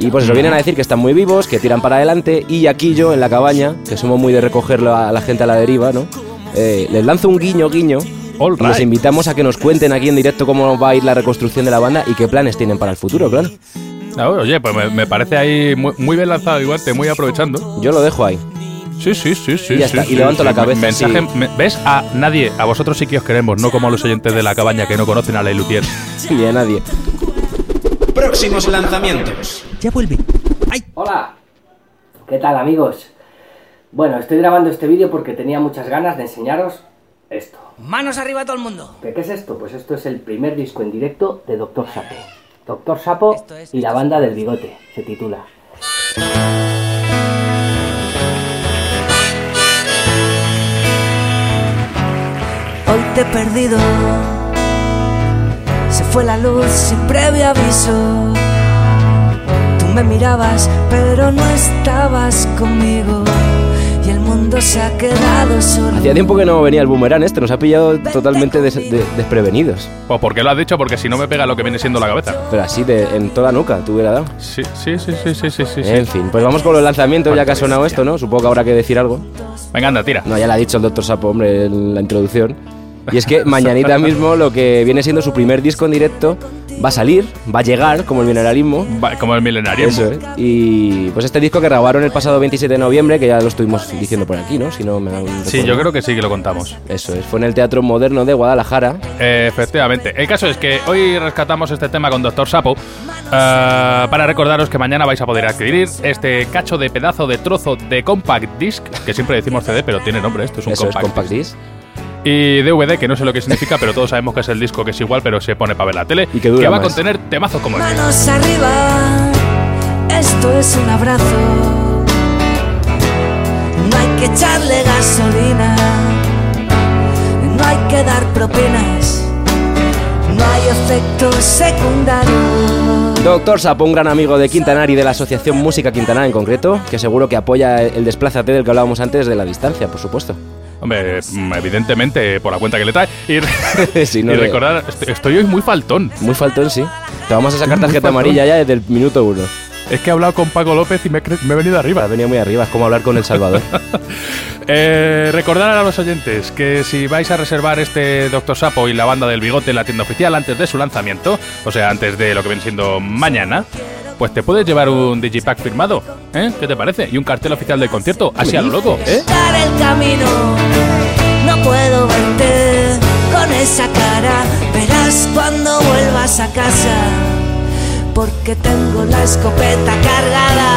Speaker 3: Y pues eso vienen a decir que están muy vivos, que tiran para adelante y aquí yo en la cabaña, que somos muy de recogerlo a la gente a la deriva, ¿no? Eh, les lanzo un guiño guiño.
Speaker 2: All
Speaker 3: y Les
Speaker 2: right.
Speaker 3: invitamos a que nos cuenten aquí en directo cómo va a ir la reconstrucción de la banda y qué planes tienen para el futuro, claro.
Speaker 2: Ah, Oye, pues me, me parece ahí muy, muy bien lanzado igual, te muy aprovechando.
Speaker 3: Yo lo dejo ahí.
Speaker 2: Sí, sí, sí, sí.
Speaker 3: Y ya
Speaker 2: sí,
Speaker 3: está, y
Speaker 2: sí,
Speaker 3: levanto
Speaker 2: sí.
Speaker 3: la cabeza,
Speaker 2: Mensaje,
Speaker 3: sí.
Speaker 2: me- ¿Ves? A nadie, a vosotros sí que os queremos, no como a los oyentes de la cabaña que no conocen a la Lutier.
Speaker 3: Ni a nadie.
Speaker 8: Próximos lanzamientos.
Speaker 9: Ya vuelve. ¡Ay!
Speaker 10: Hola, ¿qué tal amigos? Bueno, estoy grabando este vídeo porque tenía muchas ganas de enseñaros esto.
Speaker 9: ¡Manos arriba todo el mundo!
Speaker 10: ¿Qué, qué es esto? Pues esto es el primer disco en directo de Doctor Sapo. Doctor Sapo
Speaker 9: Esto es-
Speaker 10: y la banda del bigote, se titula.
Speaker 7: Hoy te he perdido. Se fue la luz sin previo aviso. Tú me mirabas, pero no estabas conmigo. Y el mundo se ha quedado solo.
Speaker 3: Hacía tiempo que no venía el boomerang este, nos ha pillado totalmente des- de- desprevenidos.
Speaker 2: Pues porque lo has dicho, porque si no me pega lo que viene siendo la cabeza.
Speaker 3: Pero así de, en toda nuca te hubiera dado.
Speaker 2: Sí, sí, sí, sí, sí, sí, sí. sí.
Speaker 3: En fin, pues vamos con los lanzamientos, ya que ha sonado esto, ¿no? Supongo que habrá que decir algo.
Speaker 2: Venga, anda, tira.
Speaker 3: No, ya lo ha dicho el doctor Sapo, hombre, en la introducción. Y es que mañanita mismo lo que viene siendo su primer disco en directo va a salir, va a llegar, como el mineralismo.
Speaker 2: Va- como el milenario.
Speaker 3: Eso, ¿eh? Y pues este disco que grabaron el pasado 27 de noviembre, que ya lo estuvimos diciendo por aquí, ¿no? Si no me
Speaker 2: Sí, yo creo que sí que lo contamos.
Speaker 3: Eso es, fue en el Teatro Moderno de Guadalajara.
Speaker 2: Eh, efectivamente. El caso es que hoy rescatamos este tema con Doctor Sapo ah, para recordaros que mañana vais a poder adquirir este cacho de pedazo de trozo de compact disc, que siempre decimos CD, pero tiene nombre, esto es un
Speaker 3: Eso
Speaker 2: compact,
Speaker 3: es Compact
Speaker 2: disc.
Speaker 3: Disc.
Speaker 2: Y DVD, que no sé lo que significa, pero todos sabemos que es el disco que es igual, pero se pone para ver la tele.
Speaker 3: Y que dura
Speaker 2: va a
Speaker 3: más.
Speaker 2: contener temazos como este.
Speaker 7: Manos arriba, esto es un abrazo. No hay que echarle gasolina, no hay que dar propinas, no hay efectos secundarios.
Speaker 3: Doctor Sapo, un gran amigo de Quintanar y de la Asociación Música Quintanar en concreto, que seguro que apoya el desplázate del que hablábamos antes de la distancia, por supuesto.
Speaker 2: Hombre, mm, evidentemente, por la cuenta que le trae. Y,
Speaker 3: Sí, no
Speaker 2: y
Speaker 3: le-
Speaker 2: recordar, est- estoy hoy muy faltón.
Speaker 3: Muy faltón, sí. Te vamos a sacar
Speaker 2: Muy
Speaker 3: tarjeta
Speaker 2: faltón.
Speaker 3: amarilla ya desde el minuto uno.
Speaker 2: Es que he hablado con Paco López y me, he cre- me he venido arriba.
Speaker 3: Has venido muy arriba, es como hablar con El Salvador.
Speaker 2: Eh, recordar a los oyentes que si vais a reservar este Doctor Sapo y la banda del bigote en la tienda oficial antes de su lanzamiento, o sea, antes de lo que viene siendo mañana, pues te puedes llevar un digipack firmado, ¿eh? ¿Qué te parece? Y un cartel oficial del concierto, así a lo loco, ¿eh?
Speaker 7: Dar el camino, no puedo verte con esa cara. Verás cuando vuelvas a casa, porque tengo la escopeta cargada.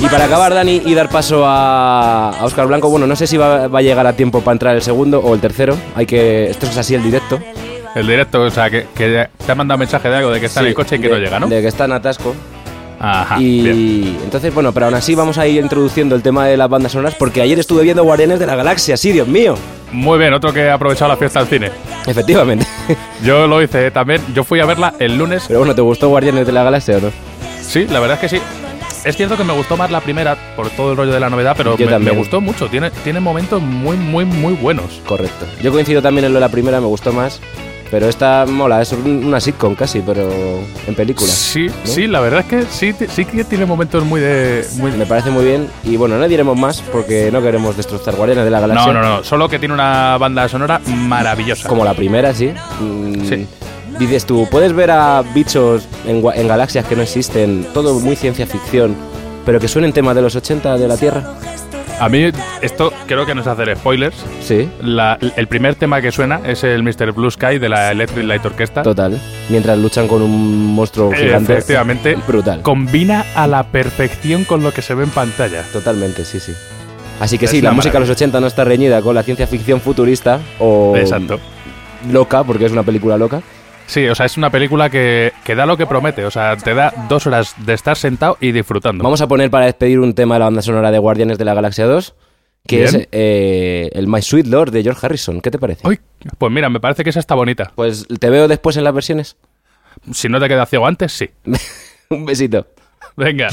Speaker 3: Y para acabar, Dani, y dar paso a, a Oscar Blanco, bueno, no sé si va, va a llegar a tiempo para entrar el segundo o el tercero. Hay que. Esto es así el directo.
Speaker 2: El directo, o sea, que, que te ha mandado mensaje de algo de que está en
Speaker 3: Sí,
Speaker 2: el coche y que
Speaker 3: de-
Speaker 2: no llega, ¿no?
Speaker 3: De que está en atasco.
Speaker 2: Ajá.
Speaker 3: y
Speaker 2: bien.
Speaker 3: entonces, bueno, pero aún así vamos a ir introduciendo el tema de las bandas sonoras porque ayer estuve viendo Guardianes de la Galaxia, sí, Dios mío.
Speaker 2: Muy bien, otro que ha aprovechado la fiesta al cine.
Speaker 3: Efectivamente.
Speaker 2: Yo lo hice ¿eh? también. Yo fui a verla el lunes.
Speaker 3: Pero bueno, ¿te gustó Guardianes de la Galaxia o no?
Speaker 2: Sí, la verdad es que sí. Es cierto que me gustó más la primera por todo el rollo de la novedad, pero
Speaker 3: Yo
Speaker 2: me, me
Speaker 3: también.
Speaker 2: gustó mucho. Tiene, tiene momentos muy, muy, muy buenos.
Speaker 3: Correcto. Yo coincido también en lo de la primera, me gustó más. Pero esta mola, es un- una sitcom casi, pero en película.
Speaker 2: Sí,
Speaker 3: ¿no?
Speaker 2: sí, la verdad es que sí, ti- sí que tiene momentos muy de. Muy...
Speaker 3: Pues Me parece muy bien. Y bueno, no diremos más porque no queremos destrozar Guardianes de la Galaxia.
Speaker 2: No, no, no. Solo que tiene una banda sonora maravillosa.
Speaker 3: Como la primera, sí. Mm,
Speaker 2: Sí.
Speaker 3: Dices tú, puedes ver a bichos en, gua- en galaxias que no existen, todo muy ciencia ficción, pero que suenen temas de los 80 de la Tierra.
Speaker 2: A mí, esto creo que no es hacer spoilers.
Speaker 3: Sí,
Speaker 2: La- el primer tema que suena es el Mr. Blue Sky de la Electric Light Orchestra.
Speaker 3: total. Mientras luchan con un monstruo gigante.
Speaker 2: Eh, Efectivamente.
Speaker 3: Brutal.
Speaker 2: Combina a la perfección con lo que se ve en pantalla.
Speaker 3: Totalmente, sí, sí. Así que
Speaker 2: Es
Speaker 3: sí, la
Speaker 2: una
Speaker 3: música de los 80 no está reñida con la ciencia ficción futurista o
Speaker 2: Exacto.
Speaker 3: loca, porque es una película loca.
Speaker 2: Sí, o sea, es una película que, que da lo que promete. O sea, te da dos horas de estar sentado y disfrutando.
Speaker 3: Vamos a poner para despedir un tema de la banda sonora de Guardianes de la Galaxia 2, que
Speaker 2: Bien.
Speaker 3: es eh, el My Sweet Lord de George Harrison. ¿Qué te parece?
Speaker 2: Uy, pues mira, me parece que esa está bonita.
Speaker 3: Pues te veo después en las versiones.
Speaker 2: Si no te queda ciego antes, sí.
Speaker 3: un besito.
Speaker 2: Venga.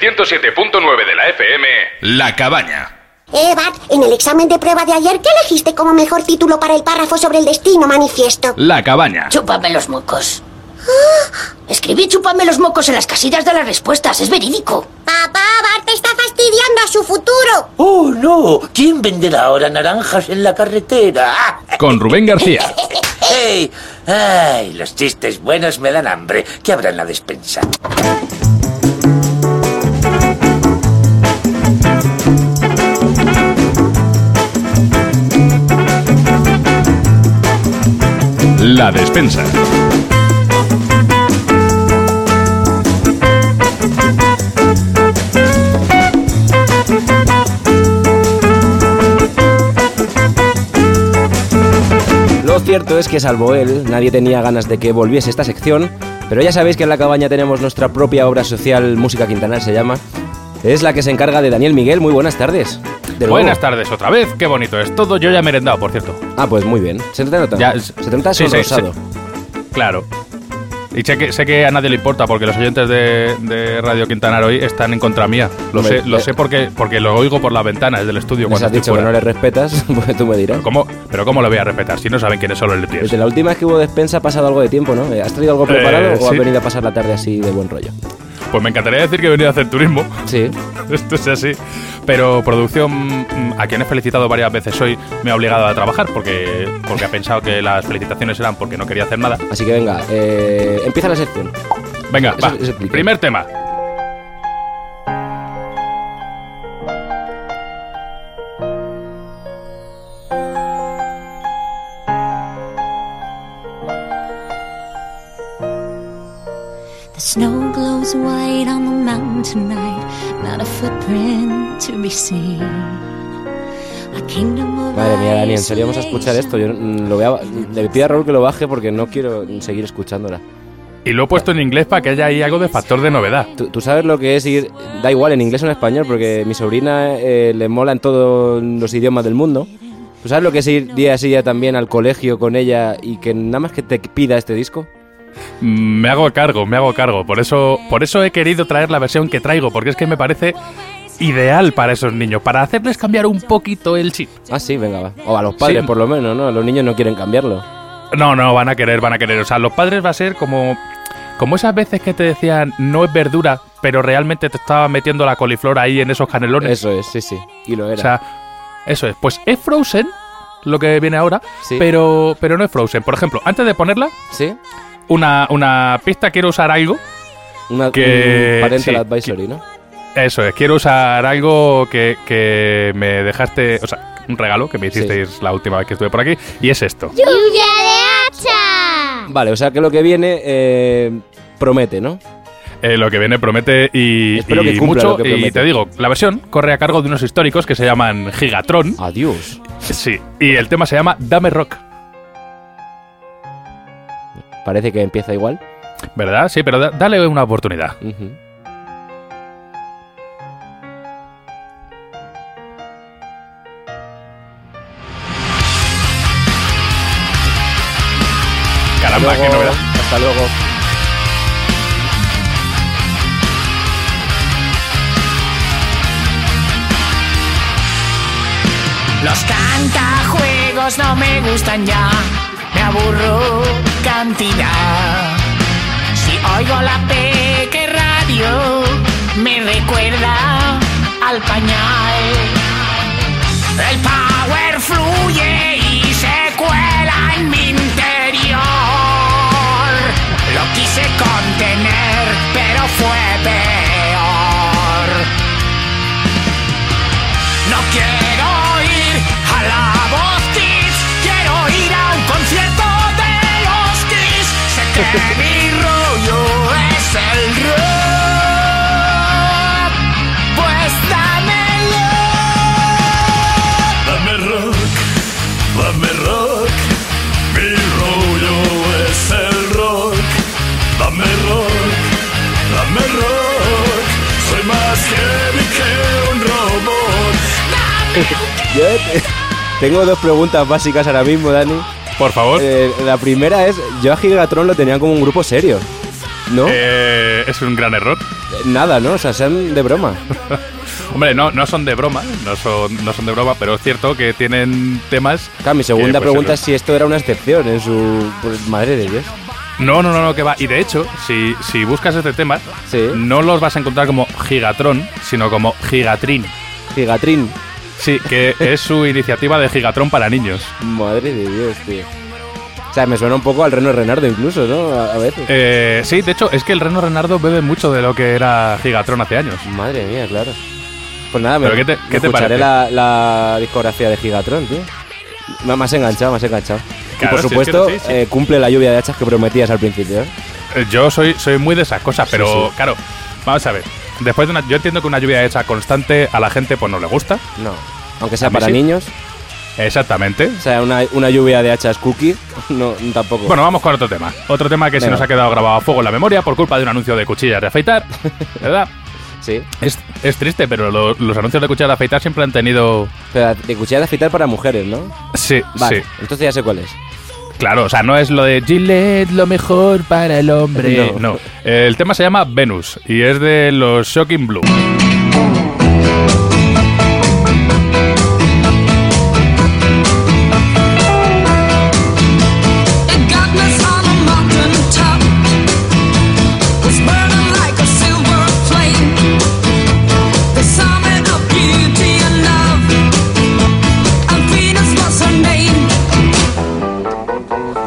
Speaker 2: 107.9 de la FM, La Cabaña.
Speaker 11: Eh, Bart, en el examen de prueba de ayer, ¿qué elegiste como mejor título para el párrafo sobre el destino manifiesto?
Speaker 2: La Cabaña.
Speaker 12: Chúpame los mocos. Escribí chúpame los mocos en las casillas de las respuestas, es verídico.
Speaker 11: Papá, Bart está fastidiando a su futuro.
Speaker 13: ¡Oh, no! ¿Quién venderá ahora naranjas en la carretera? ¡Ah!
Speaker 2: Con Rubén García.
Speaker 13: ¡Hey! ¡Ay! Los chistes buenos me dan hambre. ¿Qué habrá en la despensa?
Speaker 2: La despensa.
Speaker 3: Lo cierto es que salvo él, nadie tenía ganas de que volviese esta sección, pero ya sabéis que en la cabaña tenemos nuestra propia obra social, Música Quintanar se llama. Es la que se encarga de Daniel Miguel. Muy buenas tardes. De nuevo.
Speaker 2: Buenas tardes otra vez, qué bonito es todo. Yo ya he merendado, por cierto.
Speaker 3: Ah, pues muy bien. Se te nota.
Speaker 2: Ya,
Speaker 3: se te nota
Speaker 2: sí, sí,
Speaker 3: sonrosado.
Speaker 2: Claro. Y sé que, sé que a nadie le importa porque los oyentes de, de Radio Quintanar hoy están en contra mía. Lo
Speaker 3: Hombre,
Speaker 2: sé, lo
Speaker 3: eh.
Speaker 2: sé porque, porque lo oigo por la ventana desde el estudio
Speaker 3: Les
Speaker 2: cuando
Speaker 3: has
Speaker 2: estoy
Speaker 3: dicho que
Speaker 2: fuera.
Speaker 3: no le respetas, pues tú me dirás.
Speaker 2: ¿Cómo? Pero ¿cómo lo voy a respetar si no saben quién es solo el
Speaker 3: Desde la última vez que hubo despensa ha pasado algo de tiempo, ¿no? Eh, ¿Has traído algo preparado
Speaker 2: Eh,
Speaker 3: o
Speaker 2: sí.
Speaker 3: has venido a pasar la tarde así de buen rollo?
Speaker 2: Pues me encantaría decir que he venido a hacer turismo.
Speaker 3: Sí.
Speaker 2: Esto es así. Pero producción, mm, a quien he felicitado varias veces hoy, me ha obligado a trabajar porque, porque ha pensado que las felicitaciones eran porque no quería hacer nada.
Speaker 3: Así que venga, eh, empieza la sección.
Speaker 2: Venga,
Speaker 3: Eso-
Speaker 2: va.
Speaker 3: eso explica.
Speaker 2: Primer tema.
Speaker 14: The snow glows white on the mountain tonight, not a footprint to be seen. A kingdom of
Speaker 3: Madre mía, Dani, en serio vamos a escuchar esto. Yo mm, lo voy a- le pido a Raúl que lo baje porque no quiero seguir escuchándola.
Speaker 2: Y lo he puesto en inglés para que haya ahí algo de factor de novedad.
Speaker 3: ¿Tú, tú sabes lo que es ir, da igual en inglés o en español, porque mi sobrina eh, le mola en todos los idiomas del mundo. ¿Tú sabes lo que es ir día a día también al colegio con ella y que nada más que te pida este disco?
Speaker 2: Mm, Me hago cargo, me hago cargo. Por eso, por eso he querido traer la versión que traigo, porque es que me parece ideal para esos niños, para hacerles cambiar un poquito el chip.
Speaker 3: Ah, sí, venga, va. O a los padres,
Speaker 2: Sí.
Speaker 3: por lo menos, ¿no? Los niños no quieren cambiarlo.
Speaker 2: No, no, van a querer, van a querer. O sea, los padres va a ser como, como esas veces que te decían no es verdura, pero realmente te estaba metiendo la coliflor ahí en esos canelones.
Speaker 3: Eso es, sí, sí. Y lo era.
Speaker 2: O sea, eso es. Pues es Frozen, lo que viene ahora,
Speaker 3: Sí.
Speaker 2: pero, pero no es Frozen. Por ejemplo, antes de ponerla,
Speaker 3: ¿Sí?
Speaker 2: una, una pista quiero usar algo.
Speaker 3: Una,
Speaker 2: que-
Speaker 3: un parental
Speaker 2: sí,
Speaker 3: advisory, ¿no?
Speaker 2: Eso es, quiero usar algo que, que me dejaste, o sea, un regalo que me hicisteis la última vez que estuve por aquí, y es esto.
Speaker 15: ¡Lluvia de hacha!
Speaker 3: Vale, o sea que lo que viene eh, promete, ¿no?
Speaker 2: Eh, lo que viene promete y,
Speaker 3: Espero
Speaker 2: y
Speaker 3: que cumpla
Speaker 2: mucho.
Speaker 3: lo que
Speaker 2: y
Speaker 3: promete.
Speaker 2: te digo, la versión corre a cargo de unos históricos que se llaman Gigatron.
Speaker 3: Adiós.
Speaker 2: Sí, y el tema se llama Dame Rock,
Speaker 3: Parece que empieza igual.
Speaker 2: ¿verdad? Sí, pero da- dale una oportunidad.
Speaker 3: Ujú.
Speaker 2: Caramba,
Speaker 3: Hasta
Speaker 2: qué
Speaker 3: luego,
Speaker 2: novedad.
Speaker 3: Hasta luego.
Speaker 15: Los cantajuegos no me gustan ya, me aburro cantidad. Si oigo la peque radio, me recuerda al pañal. El power fluye y se cuela en mi interior. Lo quise contener, pero fue peor. No quiero ir a la voz Kids, quiero ir a un concierto de los Kids. Sé que mi rollo es el rock, pues dámelo.
Speaker 16: Dame rock, dame rock, mi rollo es el rock. Dame rock, dame rock, soy más heavy que un robot.
Speaker 3: Yo te- tengo dos preguntas básicas ahora mismo, Dani. Eh,
Speaker 2: Por favor.
Speaker 3: la primera es, yo a Gigatron lo tenía como un grupo serio. ¿No?
Speaker 2: Eh, es un gran error.
Speaker 3: Nada, ¿no? O sea, sean de broma.
Speaker 2: Hombre, no, no son de broma, no son, no son de broma, pero es cierto que tienen temas.
Speaker 3: Claro, mi segunda
Speaker 2: que, pues,
Speaker 3: pregunta
Speaker 2: el-
Speaker 3: es si esto era una excepción en su. pues, madre de Dios.
Speaker 2: No, no, no, no, que va. Y de hecho, si, si buscas este tema, no los vas a encontrar como Gigatron, sino como Gigatrin.
Speaker 3: Gigatrin.
Speaker 2: Sí, que es su iniciativa de Gigatron para niños.
Speaker 3: Madre de Dios, tío. O sea, me suena un poco al Reno Renardo incluso, ¿no? A, a veces.
Speaker 2: Eh, sí, de hecho, es que el Reno Renardo bebe mucho de lo que era Gigatron hace años.
Speaker 3: Madre mía, claro. Pues nada, me,
Speaker 2: ¿Pero qué te-
Speaker 3: me
Speaker 2: qué te
Speaker 3: escucharé
Speaker 2: parece?
Speaker 3: la, la discografía de Gigatron, tío. Me, me has enganchado, me has enganchado. y
Speaker 2: Claro,
Speaker 3: por
Speaker 2: si es que
Speaker 3: supuesto,
Speaker 2: sí, sí.
Speaker 3: eh, cumple la lluvia de hachas que prometías al principio. ¿eh?
Speaker 2: Eh, Yo soy, soy muy de esas cosas, pero
Speaker 3: Sí, sí.
Speaker 2: claro, vamos a ver. Después de una, yo entiendo que una lluvia hecha constante a la gente pues no le gusta.
Speaker 3: No. Aunque sea
Speaker 2: A mí
Speaker 3: para
Speaker 2: sí.
Speaker 3: niños.
Speaker 2: Exactamente.
Speaker 3: O sea, una, una lluvia de hachas cookie. No, tampoco.
Speaker 2: Bueno, vamos con otro tema. Otro tema que se
Speaker 3: Venga.
Speaker 2: nos ha quedado grabado a fuego en la memoria por culpa de un anuncio de cuchillas de afeitar, ¿verdad?
Speaker 3: Sí.
Speaker 2: Es, es triste, pero lo- los anuncios de cuchillas de afeitar siempre han tenido...
Speaker 3: Pero de cuchillas de afeitar para mujeres, ¿no?
Speaker 2: Sí,
Speaker 3: Vale,
Speaker 2: sí.
Speaker 3: entonces ya sé cuál es.
Speaker 2: Claro, o sea, no es lo de Gillette, lo mejor para el hombre.
Speaker 3: No.
Speaker 2: No. El tema se llama Venus y es de los Shocking Blue.
Speaker 15: It got us on a mountain top, was burning like a silver flame. They saw me the beauty and love, and Venus was her name.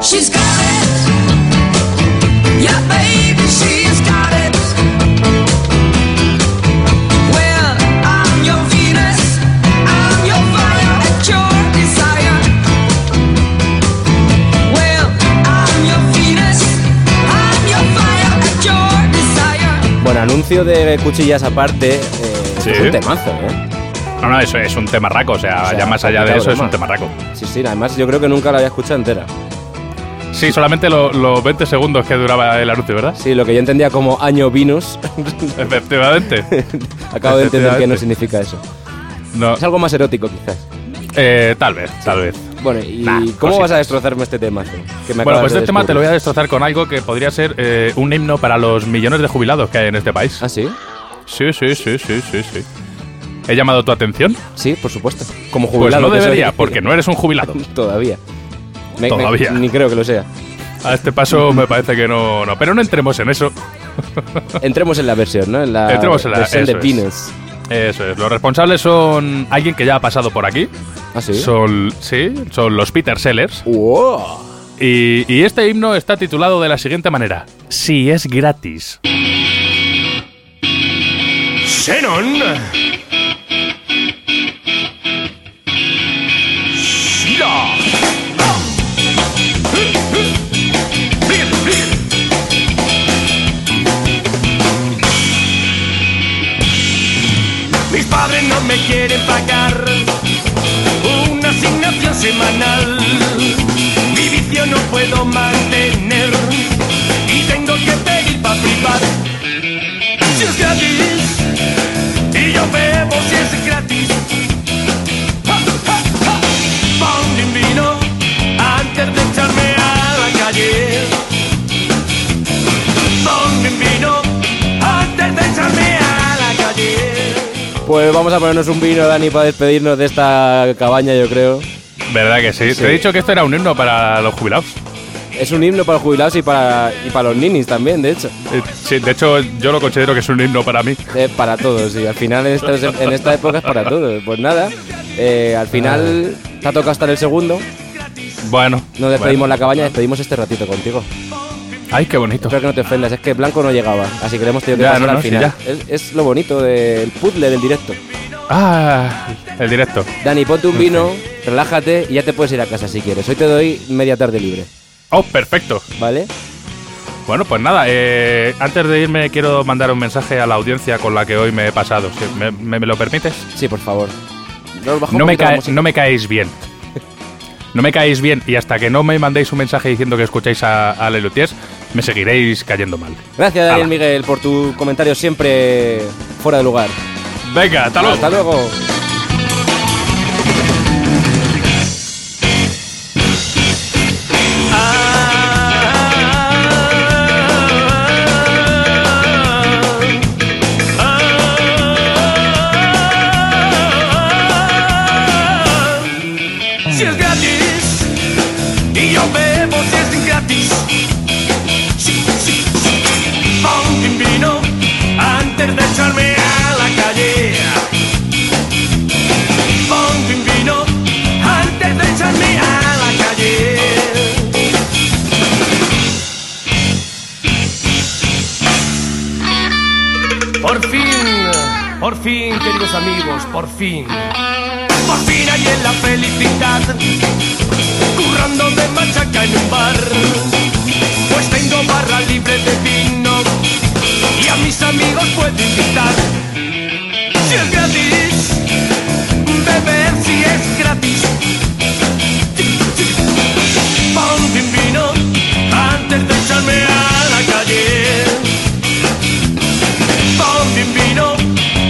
Speaker 15: She's got it, yeah, baby, she's got it. Well, I'm your Venus, I'm your fire, and your desire. Well, I'm your Venus, I'm your fire and your desire.
Speaker 3: Bueno, anuncio de cuchillas aparte. eh,
Speaker 2: Sí.
Speaker 3: Es un temazo, ¿eh?
Speaker 2: No, no, eso es un tema raco, o sea,
Speaker 3: O sea,
Speaker 2: ya más allá de
Speaker 3: poquita
Speaker 2: eso es
Speaker 3: broma.
Speaker 2: un tema raco.
Speaker 3: Sí, sí, además yo creo que nunca la había escuchado entera.
Speaker 2: Sí, solamente lo- los 20 segundos que duraba el anuncio, ¿verdad?
Speaker 3: Sí, lo que yo entendía como año Venus,
Speaker 2: Efectivamente.
Speaker 3: acabo de entender que no
Speaker 2: Efectivamente.
Speaker 3: significa eso.
Speaker 2: No.
Speaker 3: Es algo más erótico, quizás.
Speaker 2: Eh, tal vez, tal vez.
Speaker 3: Bueno, ¿y
Speaker 2: Nah,
Speaker 3: cómo
Speaker 2: cositas.
Speaker 3: vas a destrozarme este tema? tío? Que me
Speaker 2: Bueno,
Speaker 3: acabas
Speaker 2: pues
Speaker 3: de
Speaker 2: este tema te lo voy
Speaker 3: descubrir.
Speaker 2: a destrozar con algo que podría ser eh, un himno para los millones de jubilados que hay en este país.
Speaker 3: ¿Ah, sí?
Speaker 2: Sí, sí, sí, sí, sí, sí. ¿He llamado tu atención?
Speaker 3: Sí, por supuesto. Como
Speaker 2: Pues
Speaker 3: jubilado
Speaker 2: no
Speaker 3: que soy.
Speaker 2: debería, porque no eres un jubilado.
Speaker 3: Todavía. Me- me-
Speaker 2: Todavía.
Speaker 3: ni creo que lo sea.
Speaker 2: A este paso me parece que no, no. Pero no entremos en eso.
Speaker 3: Entremos en la versión, ¿no? En la
Speaker 2: Entremos en la
Speaker 3: versión de
Speaker 2: eso es.
Speaker 3: Venus.
Speaker 2: Eso es. Los responsables son alguien que ya ha pasado por aquí.
Speaker 3: ¿Ah, sí?
Speaker 2: Son, sí, son los Peter Sellers.
Speaker 3: ¡Wow!
Speaker 2: Y, y este himno está titulado de la siguiente manera. Si es gratis.
Speaker 15: Xenon. Sheila. Mis padres no me quieren pagar una asignación semanal. Mi vicio no puedo mantener y tengo que pedir para privar. Si es gratis, y yo bebo si es gratis. Ja, ja, ja. Ponle un vino antes de echarme a la calle. Ponle Pues un vino antes de echarme a la calle.
Speaker 3: Pues vamos a ponernos un vino, Dani, para despedirnos de esta cabaña, yo creo.
Speaker 2: ¿Verdad que sí?
Speaker 3: Sí.
Speaker 2: Te he dicho que esto era un himno para los jubilados.
Speaker 3: Es un himno para los jubilados y para, y para los ninis también, de hecho.
Speaker 2: Eh, Sí, de hecho, yo lo considero que es un himno para mí.
Speaker 3: Eh, para todos, y al final en estas- en esta, época es para todos. Pues nada, eh, al final te ha tocado estar el segundo.
Speaker 2: Bueno.
Speaker 3: Nos despedimos
Speaker 2: bueno.
Speaker 3: la cabaña, despedimos este ratito contigo.
Speaker 2: Ay, qué bonito.
Speaker 3: Espero que no te ofendas, es que Blanco no llegaba, así que le hemos tenido que
Speaker 2: Ya,
Speaker 3: pasar
Speaker 2: no,
Speaker 3: al
Speaker 2: no, sí,
Speaker 3: final. es, es lo bonito del puzzle del directo.
Speaker 2: Ah, el directo.
Speaker 3: Dani, ponte un vino, relájate y ya te puedes ir a casa si quieres. Hoy te doy media tarde libre,
Speaker 2: Oh, perfecto.
Speaker 3: ¿vale?
Speaker 2: Bueno, pues nada, eh, antes de irme quiero mandar un mensaje a la audiencia con la que hoy me he pasado. Si me, me- me lo permites?
Speaker 3: Sí, por favor. Nos bajó un
Speaker 2: No me,
Speaker 3: poquito la
Speaker 2: cae-
Speaker 3: música.
Speaker 2: no me caéis bien. No me caéis bien y hasta que no me mandéis un mensaje diciendo que escucháis a, a Lelutiers, me seguiréis cayendo mal.
Speaker 3: Gracias, Daniel
Speaker 2: Hala.
Speaker 3: Miguel, por tu comentario siempre fuera de lugar.
Speaker 2: Venga, hasta luego.
Speaker 3: Hasta luego.
Speaker 15: Venus, los amigos, por fin. Por fin hay en la felicidad, currando de machaca en un bar. Pues tengo barra libre de vino y a mis amigos puedo invitar. Si es gratis, beber si es gratis. Ponte un vino antes de echarme a la calle. Ponte un vino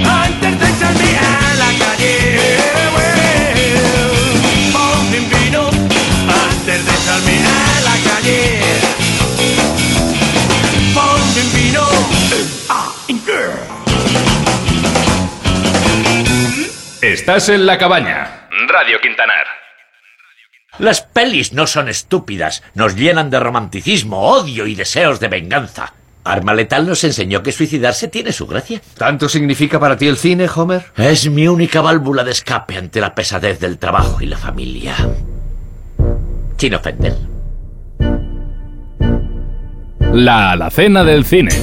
Speaker 15: antes de echarme a la calle. Ponte Eh, un vino antes de echarme a la calle. Ponte un vino. Ah, girl.
Speaker 2: Estás en la cabaña. Radio Quintanar.
Speaker 13: Las pelis no son estúpidas, nos llenan de romanticismo, odio y deseos de venganza. Arma Letal nos enseñó que suicidarse tiene su gracia.
Speaker 17: ¿Tanto significa para ti el cine, Homer?
Speaker 13: Es mi única válvula de escape ante la pesadez del trabajo y la familia. Sin ofender.
Speaker 2: La alacena del cine.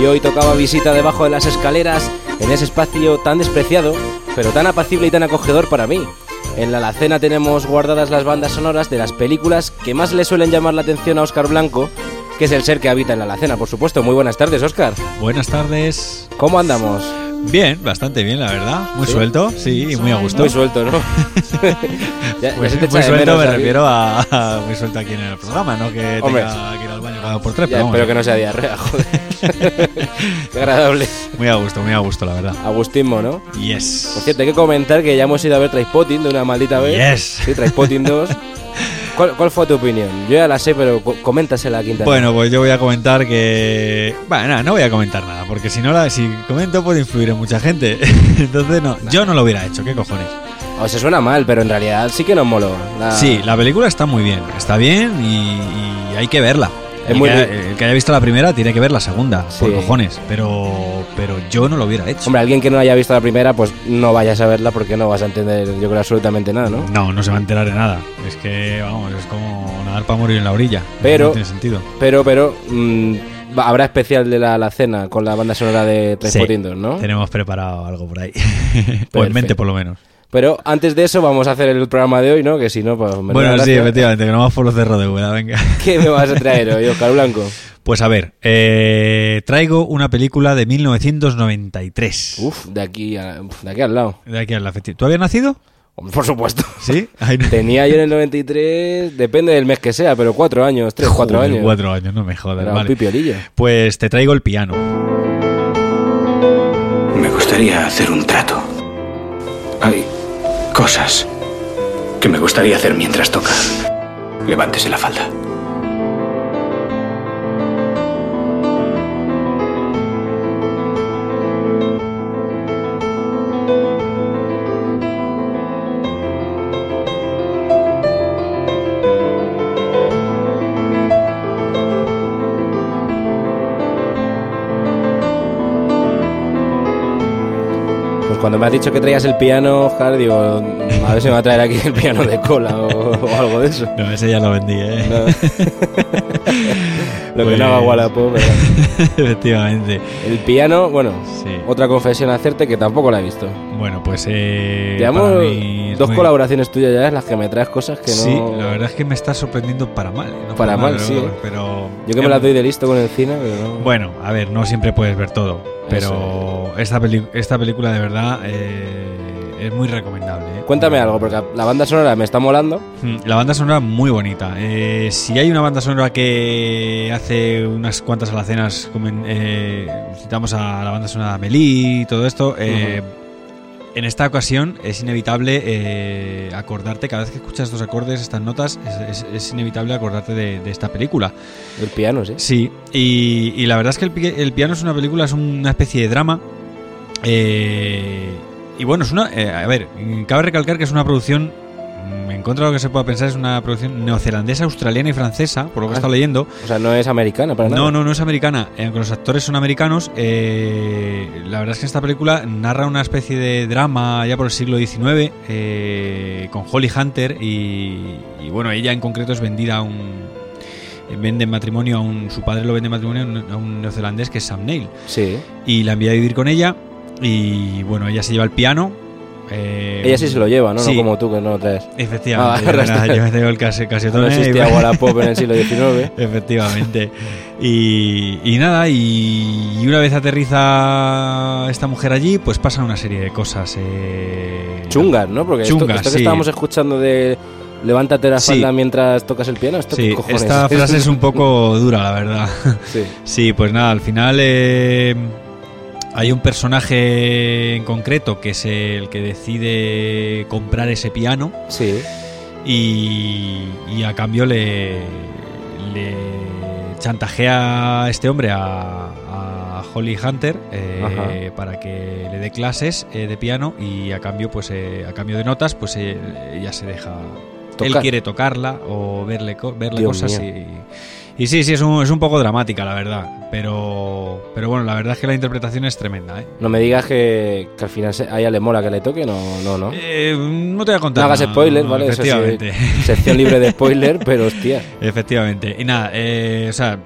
Speaker 3: Y hoy tocaba visita debajo de las escaleras, en ese espacio tan despreciado, pero tan apacible y tan acogedor para mí. En la alacena tenemos guardadas las bandas sonoras de las películas que más le suelen llamar la atención a Oscar Blanco, que es el ser que habita en la alacena, por supuesto. Muy buenas tardes, Oscar.
Speaker 18: Buenas tardes.
Speaker 3: ¿Cómo andamos?
Speaker 18: Bien, bastante bien, la verdad. Muy
Speaker 3: ¿Sí?
Speaker 18: suelto, sí, y muy a gusto. Pues
Speaker 3: Muy suelto, ¿no? Ya- ya
Speaker 18: Muy,
Speaker 3: se te echa
Speaker 18: muy
Speaker 3: de
Speaker 18: suelto
Speaker 3: menos
Speaker 18: me
Speaker 3: aquí.
Speaker 18: refiero a, a muy suelto aquí en el programa, no que
Speaker 3: Hombre.
Speaker 18: tenga que ir al baño cada dos por tres,
Speaker 3: Ya,
Speaker 18: pero vamos.
Speaker 3: espero que no sea diarrea, joder. Qué agradable.
Speaker 18: Muy a gusto, muy a gusto, la verdad.
Speaker 3: Agustismo, ¿no?
Speaker 18: Yes.
Speaker 3: Por cierto, hay que comentar que ya hemos ido a ver Trainspotting de una maldita vez.
Speaker 18: Yes.
Speaker 3: Sí, Trainspotting 2. ¿Cuál, cuál fue tu opinión? Yo ya la sé, pero co- coméntasela, Quintana.
Speaker 18: Bueno, pues yo voy a comentar que. Bueno, nada, no voy a comentar nada, porque si no la, si comento puede influir en mucha gente. Entonces no, yo no lo hubiera hecho, qué cojones.
Speaker 3: O sea, suena mal, pero en realidad sí que nos moló. La-
Speaker 18: Sí, la película está muy bien, está bien y, y hay que verla.
Speaker 3: Es
Speaker 18: El
Speaker 3: muy
Speaker 18: que-
Speaker 3: ri-
Speaker 18: el que haya visto la primera tiene que ver la segunda,
Speaker 3: Sí.
Speaker 18: por cojones. Pero, pero yo no lo hubiera hecho.
Speaker 3: Hombre, alguien que no haya visto la primera, pues no vayas a verla porque no vas a entender, yo creo, absolutamente nada, ¿no?
Speaker 18: No, no se va a enterar de nada. Es que, vamos, es como nadar para morir en la orilla.
Speaker 3: Pero-
Speaker 18: No tiene sentido.
Speaker 3: Pero, pero, mm, va- habrá especial de la, la cena con la banda sonora de Trainspotting 2, ¿no?
Speaker 18: Tenemos preparado algo por ahí. o en mente, por lo menos.
Speaker 3: Pero antes de eso vamos a hacer el programa de hoy, ¿no? Que si no, pues... me da
Speaker 18: Bueno, sí,
Speaker 3: gracia.
Speaker 18: efectivamente, que no vamos por los cerros de Úbeda, venga.
Speaker 3: ¿Qué me vas a traer hoy, Oscar Blanco?
Speaker 18: Pues a ver, eh, traigo una película de 1993.
Speaker 3: Uf, de aquí, a- uf, de aquí al lado.
Speaker 18: De aquí a la fecha. ¿Tú habías nacido?
Speaker 3: Por supuesto.
Speaker 18: ¿Sí?
Speaker 3: Tenía yo en el 93, depende del mes que sea, pero cuatro años, tres, cuatro
Speaker 18: Joder,
Speaker 3: años.
Speaker 18: Cuatro años, no me jodas.
Speaker 3: Era un
Speaker 18: vale.
Speaker 3: pipiolillo.
Speaker 18: Pues te traigo el piano.
Speaker 19: Me gustaría hacer un trato. Hay cosas que me gustaría hacer mientras toca. Levántese la falda.
Speaker 3: Pues cuando me has dicho que traías el piano, Oscar, digo, a ver si me va a traer aquí el piano de cola o, o algo de eso.
Speaker 18: No, ese ya lo vendí, ¿eh?
Speaker 3: Lo que no haga
Speaker 18: Pues-
Speaker 3: Wallapop. ¿verdad?
Speaker 18: Efectivamente.
Speaker 3: El piano, bueno, otra confesión a hacerte que tampoco la he visto.
Speaker 18: Bueno, pues. Eh,
Speaker 3: Llevamos
Speaker 18: para mí es
Speaker 3: dos
Speaker 18: muy-
Speaker 3: colaboraciones tuyas ya en las que me traes cosas que no...
Speaker 18: Sí, la verdad es que me está sorprendiendo para mal. ¿eh? No
Speaker 3: Para mal, sí,
Speaker 18: pero-
Speaker 3: ¿eh?
Speaker 18: Pero. em,
Speaker 3: Yo que me las doy de listo con el cine, pero no...
Speaker 18: Bueno, a ver, no siempre puedes ver todo, pero esta, peli- esta película de verdad eh, es muy recomendable. ¿eh?
Speaker 3: Cuéntame algo, porque la banda sonora me está molando.
Speaker 18: Mm, La banda sonora muy bonita. Eh, si hay una banda sonora que hace unas cuantas alacenas, como en, eh, citamos a la banda sonora de Amelie y todo esto, eh, en esta ocasión es inevitable eh, acordarte, cada vez que escuchas estos acordes, estas notas, es, es- es inevitable acordarte de, de esta película.
Speaker 3: El piano, sí.
Speaker 18: Sí, y, y la verdad es que el, pi- el piano es una película, es una especie de drama. eh, y bueno, es una. eh, a ver, cabe recalcar que es una producción mm, en contra de lo que se pueda pensar, es una producción neozelandesa, australiana y francesa, por lo que he estado leyendo.
Speaker 3: O sea, Ah, no es americana para nada.
Speaker 18: No, no, no es americana. Eh, Aunque los actores son americanos, eh, la verdad es que esta película narra una especie de drama ya por el siglo XIX eh, con Holly Hunter y, y, bueno, ella en concreto es vendida a un vende en matrimonio a un su padre lo vende en matrimonio a un- a un neozelandés que es Sam Neill
Speaker 3: Sí.
Speaker 18: y la envía a vivir con ella y bueno ella se lleva el piano eh,
Speaker 3: Ella sí se lo lleva, ¿no?
Speaker 18: sí,
Speaker 3: No como tú que no lo traes.
Speaker 18: Efectivamente,
Speaker 3: Ah,
Speaker 18: yo me la-
Speaker 3: arrastra-
Speaker 18: yo me tengo el case- casetón,
Speaker 3: No
Speaker 18: eh,
Speaker 3: existía
Speaker 18: igual.
Speaker 3: Wallapop en el siglo XIX.
Speaker 18: Efectivamente. Y, y nada, y, y una vez aterriza esta mujer allí, pues pasan una serie de cosas. eh,
Speaker 3: Chungas, ¿no? Porque esto-
Speaker 18: chungas,
Speaker 3: esto, que
Speaker 18: sí.
Speaker 3: estábamos escuchando de levántate la
Speaker 18: Sí.
Speaker 3: falda mientras tocas el piano, ¿esto
Speaker 18: Sí,
Speaker 3: qué cojones?
Speaker 18: esta frase es un poco dura, la verdad.
Speaker 3: Sí.
Speaker 18: pues nada, al final eh, hay un personaje en concreto que es el que decide comprar ese piano.
Speaker 3: Sí.
Speaker 18: Y, y a cambio le, le chantajea a este hombre a, a Holly Hunter eh, para que le dé clases eh, de piano y a cambio pues eh, a cambio de notas pues eh, ella se deja él
Speaker 3: Tocar.
Speaker 18: quiere tocarla o verle co- verle
Speaker 3: Dios
Speaker 18: cosas
Speaker 3: mío.
Speaker 18: y, y sí sí es un, es un poco dramática la verdad pero pero bueno la verdad es que la interpretación es tremenda ¿eh?
Speaker 3: No me digas que, que al final se- a ella le mola que le toque, no, no, no.
Speaker 18: Eh, no te voy a contar
Speaker 3: No hagas
Speaker 18: nada,
Speaker 3: spoiler,
Speaker 18: no,
Speaker 3: ¿vale? Eso sí,
Speaker 18: efectivamente.
Speaker 3: sección libre de spoiler, pero hostia.
Speaker 18: Efectivamente. Y nada, eh, o sea,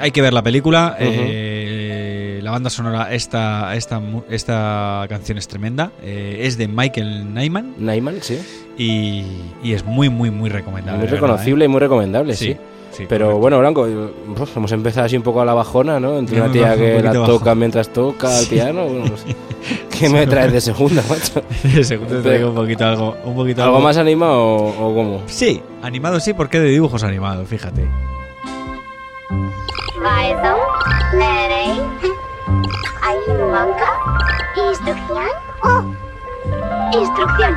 Speaker 18: hay que ver la película.
Speaker 3: Ujú.
Speaker 18: eh, la banda sonora, esta, esta, mu- esta canción es tremenda. eh, es de Michael Nyman.
Speaker 3: Nyman, sí.
Speaker 18: Y, y es muy, muy, muy recomendable.
Speaker 3: Muy
Speaker 18: de verdad,
Speaker 3: reconocible
Speaker 18: ¿eh?
Speaker 3: y muy recomendable, sí.
Speaker 18: Sí, sí,
Speaker 3: Pero bueno, Blanco, pues, hemos empezado así un poco a la bajona, ¿no? Entre
Speaker 18: Yo
Speaker 3: una
Speaker 18: me
Speaker 3: tía
Speaker 18: bajo un
Speaker 3: que la
Speaker 18: poquito bajo.
Speaker 3: toca mientras toca el
Speaker 18: Sí.
Speaker 3: piano. Bueno, pues, ¿Qué
Speaker 18: Sí,
Speaker 3: me
Speaker 18: no.
Speaker 3: traes de segunda, macho?
Speaker 18: De segundo te traigo un poquito algo. Un poquito
Speaker 3: ¿Algo más animado o, o cómo?
Speaker 18: Sí, animado sí, porque de dibujos animados, fíjate.
Speaker 7: então.
Speaker 20: Bison, Merey, Ayumanca, Instrucción.
Speaker 7: Oh!
Speaker 20: Instrucción.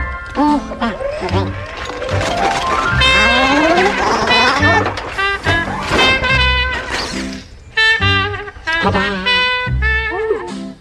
Speaker 7: Hum.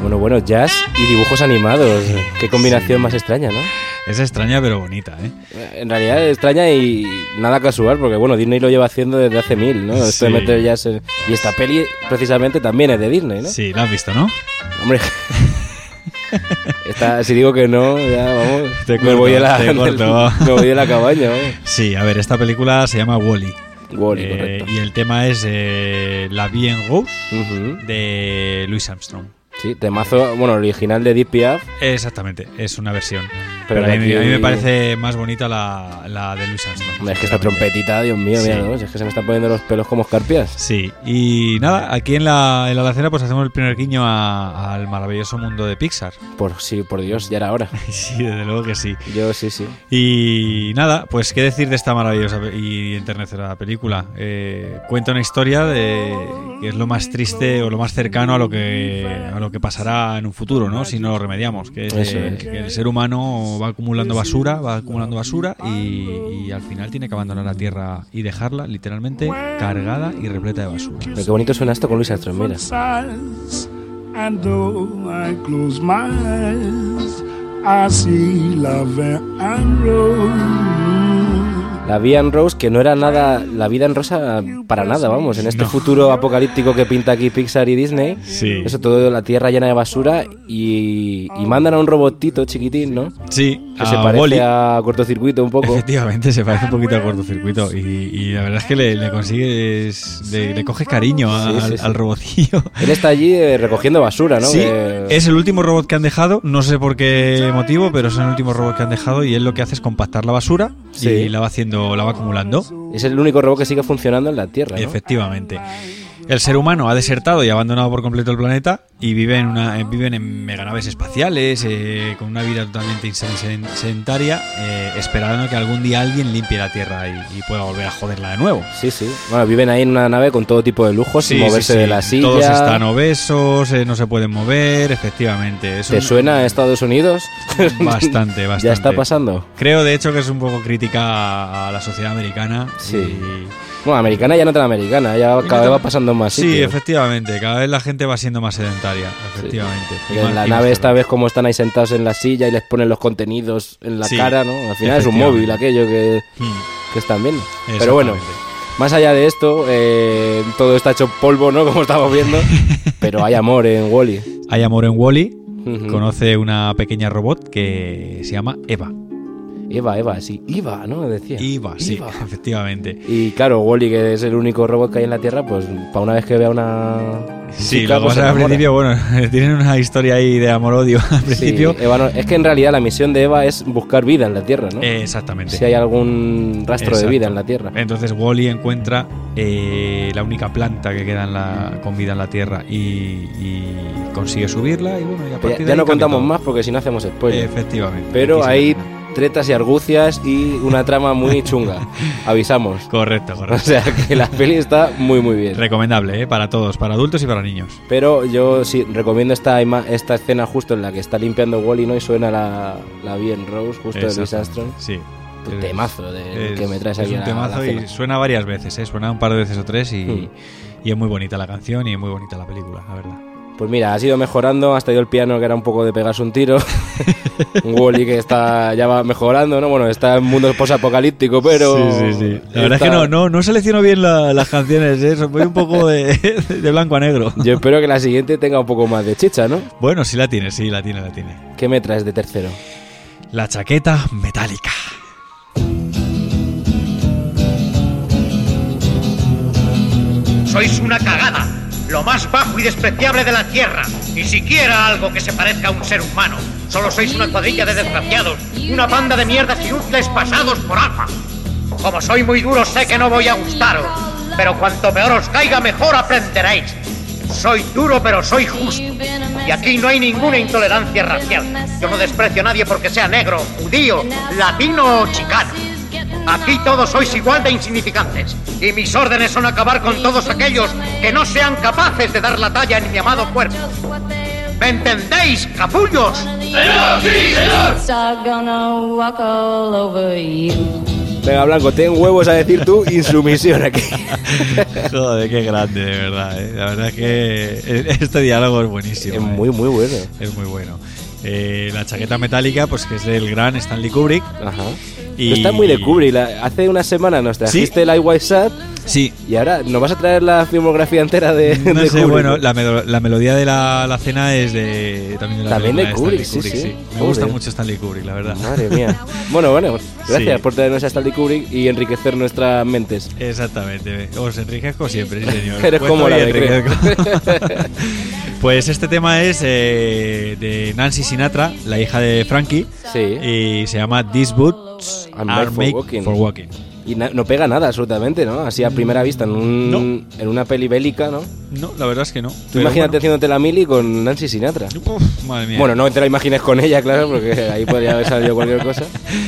Speaker 3: Bueno, bueno, jazz y dibujos animados. Qué combinación más extraña, ¿no?
Speaker 18: Es extraña pero bonita, ¿eh?
Speaker 3: En realidad es extraña y nada casual, porque bueno, Disney lo lleva haciendo desde hace mil, ¿no? Esto de
Speaker 18: Sí.
Speaker 3: meter jazz en- Y esta peli precisamente también es de Disney, ¿no?
Speaker 18: Sí, la has visto, ¿no?
Speaker 3: Hombre. Esta- si digo que no, ya vamos.
Speaker 18: Te
Speaker 3: me,
Speaker 18: corto,
Speaker 3: voy de la,
Speaker 18: te corto.
Speaker 3: me voy de la cabaña, vamos.
Speaker 18: Sí, a ver, esta película se llama Wally.
Speaker 3: Wall-E,
Speaker 18: Eh,
Speaker 3: correcto.
Speaker 18: y el tema es eh, La Vie en Rose
Speaker 3: ¿Mm?
Speaker 18: de Louis Armstrong.
Speaker 3: Sí, temazo, bueno, original de Deep Piaf.
Speaker 18: Exactamente, es una versión.
Speaker 3: Pero
Speaker 18: Pero, a, mí,
Speaker 3: aquí-
Speaker 18: a mí me parece más bonita la, la de Louis Armstrong.
Speaker 3: Hombre, Es que esta trompetita, Dios mío,
Speaker 18: Sí.
Speaker 3: mira, ¿no? Si Es que se me están poniendo los pelos como escarpias.
Speaker 18: Sí, y nada, aquí en la, en la alacena pues hacemos el primer guiño a- al maravilloso mundo de Pixar.
Speaker 3: Por sí, por Dios, ya era hora.
Speaker 18: sí, desde luego que sí.
Speaker 3: Yo sí, sí.
Speaker 18: Y nada, pues qué decir de esta maravillosa pe- y enternecedora película. Eh, cuenta una historia de, que es lo más triste o lo más cercano a lo que a lo que pasará en un futuro, ¿no? Si no lo remediamos, que es,
Speaker 3: Eso
Speaker 18: eh,
Speaker 3: es.
Speaker 18: que el ser humano va acumulando basura, va acumulando basura y, y al final tiene que abandonar la Tierra y dejarla literalmente cargada y repleta de basura.
Speaker 3: Pero qué bonito suena esto con Luis Armstrong, mira.
Speaker 21: Silence, and though I close my eyes, I see love and rose.
Speaker 3: La vida en Rose, que no era nada, la vida en rosa para nada, vamos, en este futuro apocalíptico que pinta aquí Pixar y Disney.
Speaker 18: Sí.
Speaker 3: Eso todo, la tierra llena de basura y, y mandan a un robotito chiquitín, ¿no?
Speaker 18: Sí,
Speaker 3: Que se
Speaker 18: a
Speaker 3: parece
Speaker 18: Wall-E.
Speaker 3: a cortocircuito un poco.
Speaker 18: Efectivamente, se parece un poquito al cortocircuito. Y, y la verdad es que le, le consigues. Le, le coges cariño a-
Speaker 3: Sí, sí,
Speaker 18: al,
Speaker 3: sí.
Speaker 18: al robocillo.
Speaker 3: Él está allí eh, recogiendo basura, ¿no?
Speaker 18: Sí,
Speaker 3: Que-
Speaker 18: es el último robot que han dejado. No sé por qué motivo, pero es el último robot que han dejado. Y él lo que hace es compactar la basura
Speaker 3: Sí.
Speaker 18: y la va haciendo, la va acumulando.
Speaker 3: Es el único robot que sigue funcionando en la Tierra. ¿no?
Speaker 18: Efectivamente. El ser humano ha desertado y abandonado por completo el planeta y, y viven, una, eh, viven en meganaves espaciales, eh, con una vida totalmente insen- sen- sedentaria, eh, esperando que algún día alguien limpie la Tierra y, y pueda volver a joderla de nuevo.
Speaker 3: Sí, sí. Bueno, viven ahí en una nave con todo tipo de lujos, sin
Speaker 18: Sí, sí,
Speaker 3: moverse
Speaker 18: sí.
Speaker 3: de la silla.
Speaker 18: Todos están obesos, eh, no se pueden mover, efectivamente. Es
Speaker 3: ¿Te
Speaker 18: un-
Speaker 3: suena a Estados Unidos?
Speaker 18: Bastante, bastante.
Speaker 3: ¿Ya está pasando?
Speaker 18: Creo, de hecho, que es un poco crítica a la sociedad americana.
Speaker 3: Sí. Bueno, americana ya no tan americana, ya cada vez va pasando en más
Speaker 18: Sí,
Speaker 3: sitios.
Speaker 18: efectivamente. Cada vez la gente va siendo más sedentaria, efectivamente.
Speaker 3: Y
Speaker 18: Y más-
Speaker 3: en la nave
Speaker 18: y más cerrada.
Speaker 3: esta vez como están ahí sentados en la silla y les ponen los contenidos en la
Speaker 18: Sí,
Speaker 3: cara, ¿no? Al final es un
Speaker 18: efectivamente.
Speaker 3: móvil aquello que,
Speaker 18: Hmm.
Speaker 3: que están viendo.
Speaker 18: Exactamente.
Speaker 3: Pero bueno, más allá de esto, eh, todo está hecho polvo, ¿no? Como estamos viendo. Pero hay amor en Wally.
Speaker 18: Hay amor en Wally.
Speaker 3: Ujú.
Speaker 18: Conoce una pequeña robot que se llama Eva.
Speaker 3: Eva, Eva, sí. Iva, ¿no? Decía.
Speaker 18: Iva, sí, efectivamente.
Speaker 3: Y claro, Wally, que es el único robot que hay en la Tierra, pues para una vez que vea una.
Speaker 18: Sí,
Speaker 3: chica,
Speaker 18: lo que
Speaker 3: pues,
Speaker 18: pasa es que
Speaker 3: se enamora.
Speaker 18: al principio, bueno, tienen una historia ahí de amor-odio al
Speaker 3: Sí,
Speaker 18: principio.
Speaker 3: Eva no- es que en realidad la misión de Eva es buscar vida en la Tierra, ¿no?
Speaker 18: exactamente.
Speaker 3: Si hay algún rastro
Speaker 18: Eh,
Speaker 3: de
Speaker 18: Exacto.
Speaker 3: vida en la Tierra.
Speaker 18: Entonces Wally encuentra eh, la única planta que queda en la, con vida en la Tierra y, y consigue subirla y bueno, y a
Speaker 3: Ya,
Speaker 18: partir
Speaker 3: ya
Speaker 18: de ahí
Speaker 3: no
Speaker 18: cambia
Speaker 3: contamos
Speaker 18: todo. Eh,
Speaker 3: más porque si no hacemos spoiler.
Speaker 18: Efectivamente.
Speaker 3: Pero
Speaker 18: Aquí se
Speaker 3: hay tretas y argucias y una trama muy chunga. Avisamos.
Speaker 18: Correcto, correcto.
Speaker 3: O sea que la peli está muy, muy bien.
Speaker 18: Recomendable, ¿eh? Para todos, para adultos y para niños.
Speaker 3: Pero yo sí recomiendo esta, ima- esta escena justo en la que está limpiando Wally ¿no? y suena la, la bien Rose, justo de Luis
Speaker 18: Exacto,
Speaker 3: Armstrong.
Speaker 18: Sí.
Speaker 3: Tu
Speaker 18: Es-
Speaker 3: temazo de-
Speaker 18: es-
Speaker 3: que me traes
Speaker 18: es
Speaker 3: aquí.
Speaker 18: un
Speaker 3: a la
Speaker 18: temazo
Speaker 3: cena.
Speaker 18: y suena varias veces, ¿eh? Suena un par de veces o tres y,
Speaker 3: Hmm.
Speaker 18: y es muy bonita la canción y es muy bonita la película, la verdad.
Speaker 3: Pues mira, has ido mejorando, has traído el piano que era un poco de pegarse un tiro. un Wally que está ya va mejorando, ¿no? Bueno, está en mundo posapocalíptico, pero.
Speaker 18: Sí, sí, sí. La verdad es que no, no, no selecciono bien la- las canciones, ¿eh? Soy un poco de, de blanco a negro.
Speaker 3: Yo espero que la siguiente tenga un poco más de chicha, ¿no?
Speaker 18: Bueno, sí la tiene, sí, la tiene, la tiene.
Speaker 3: ¿Qué me traes de tercero?
Speaker 18: La chaqueta metálica.
Speaker 4: Sois una cagada, lo más bajo y despreciable de la tierra. Ni siquiera algo que se parezca a un ser humano. Solo sois una cuadrilla de desgraciados, una banda de mierdas inútiles pasados por alfa. Como soy muy duro, sé que no voy a gustaros. Pero cuanto peor os caiga, mejor aprenderéis. Soy duro, pero soy justo. Y aquí no hay ninguna intolerancia racial. Yo no desprecio a nadie porque sea negro, judío, latino o chicano. Aquí todos sois igual de insignificantes. Y mis órdenes son acabar con todos aquellos que no sean capaces de dar la talla en mi amado cuerpo. ¿Me entendéis, capullos?
Speaker 22: Start gonna walk all over you.
Speaker 3: Venga, Blanco, ten huevos a decir tú insumisión aquí.
Speaker 18: Joder, qué grande, de verdad. ¿eh? La verdad es que este diálogo es buenísimo. Es muy,
Speaker 3: muy bueno.
Speaker 18: Es muy bueno. Eh, la chaqueta metálica, pues que es del gran Stanley Kubrick.
Speaker 3: Ajá. Está muy de Kubrick. la- Hace una semana nos trajiste el IY Sat.
Speaker 18: Sí.
Speaker 3: Y ahora nos vas a traer la filmografía entera de,
Speaker 18: No
Speaker 3: de
Speaker 18: sé,
Speaker 3: Kubrick?
Speaker 18: bueno, la, melo- la melodía de la, la cena es de también de, la
Speaker 3: También de
Speaker 18: película
Speaker 3: Kubrick, sí,
Speaker 18: Stanley
Speaker 3: sí.
Speaker 18: Me gusta
Speaker 3: Joder.
Speaker 18: mucho Stanley Kubrick, la verdad.
Speaker 3: Madre mía. Bueno, bueno, gracias
Speaker 18: Sí.
Speaker 3: por traernos a Stanley Kubrick y enriquecer nuestras mentes.
Speaker 18: Exactamente, os enriquezco siempre, sí señor.
Speaker 3: Eres
Speaker 18: Cuento
Speaker 3: como la
Speaker 18: y
Speaker 3: de
Speaker 18: enriquezco.
Speaker 3: Greg.
Speaker 18: Pues este tema es eh, de Nancy Sinatra, la hija de Frankie, y se llama These Boots
Speaker 3: I'm made
Speaker 18: Are
Speaker 3: for
Speaker 18: Made
Speaker 3: walking.
Speaker 18: for Walking.
Speaker 3: Y na- no pega nada, absolutamente, ¿no? Así a primera vista, en, un- en una peli bélica, ¿no?
Speaker 18: No, la verdad es que no.
Speaker 3: Tú
Speaker 18: Pero
Speaker 3: imagínate haciéndote la mili con Nancy Sinatra.
Speaker 18: Uf, madre mía.
Speaker 3: Bueno, no te la imagines con ella, claro, porque ahí podría haber salido cualquier cosa.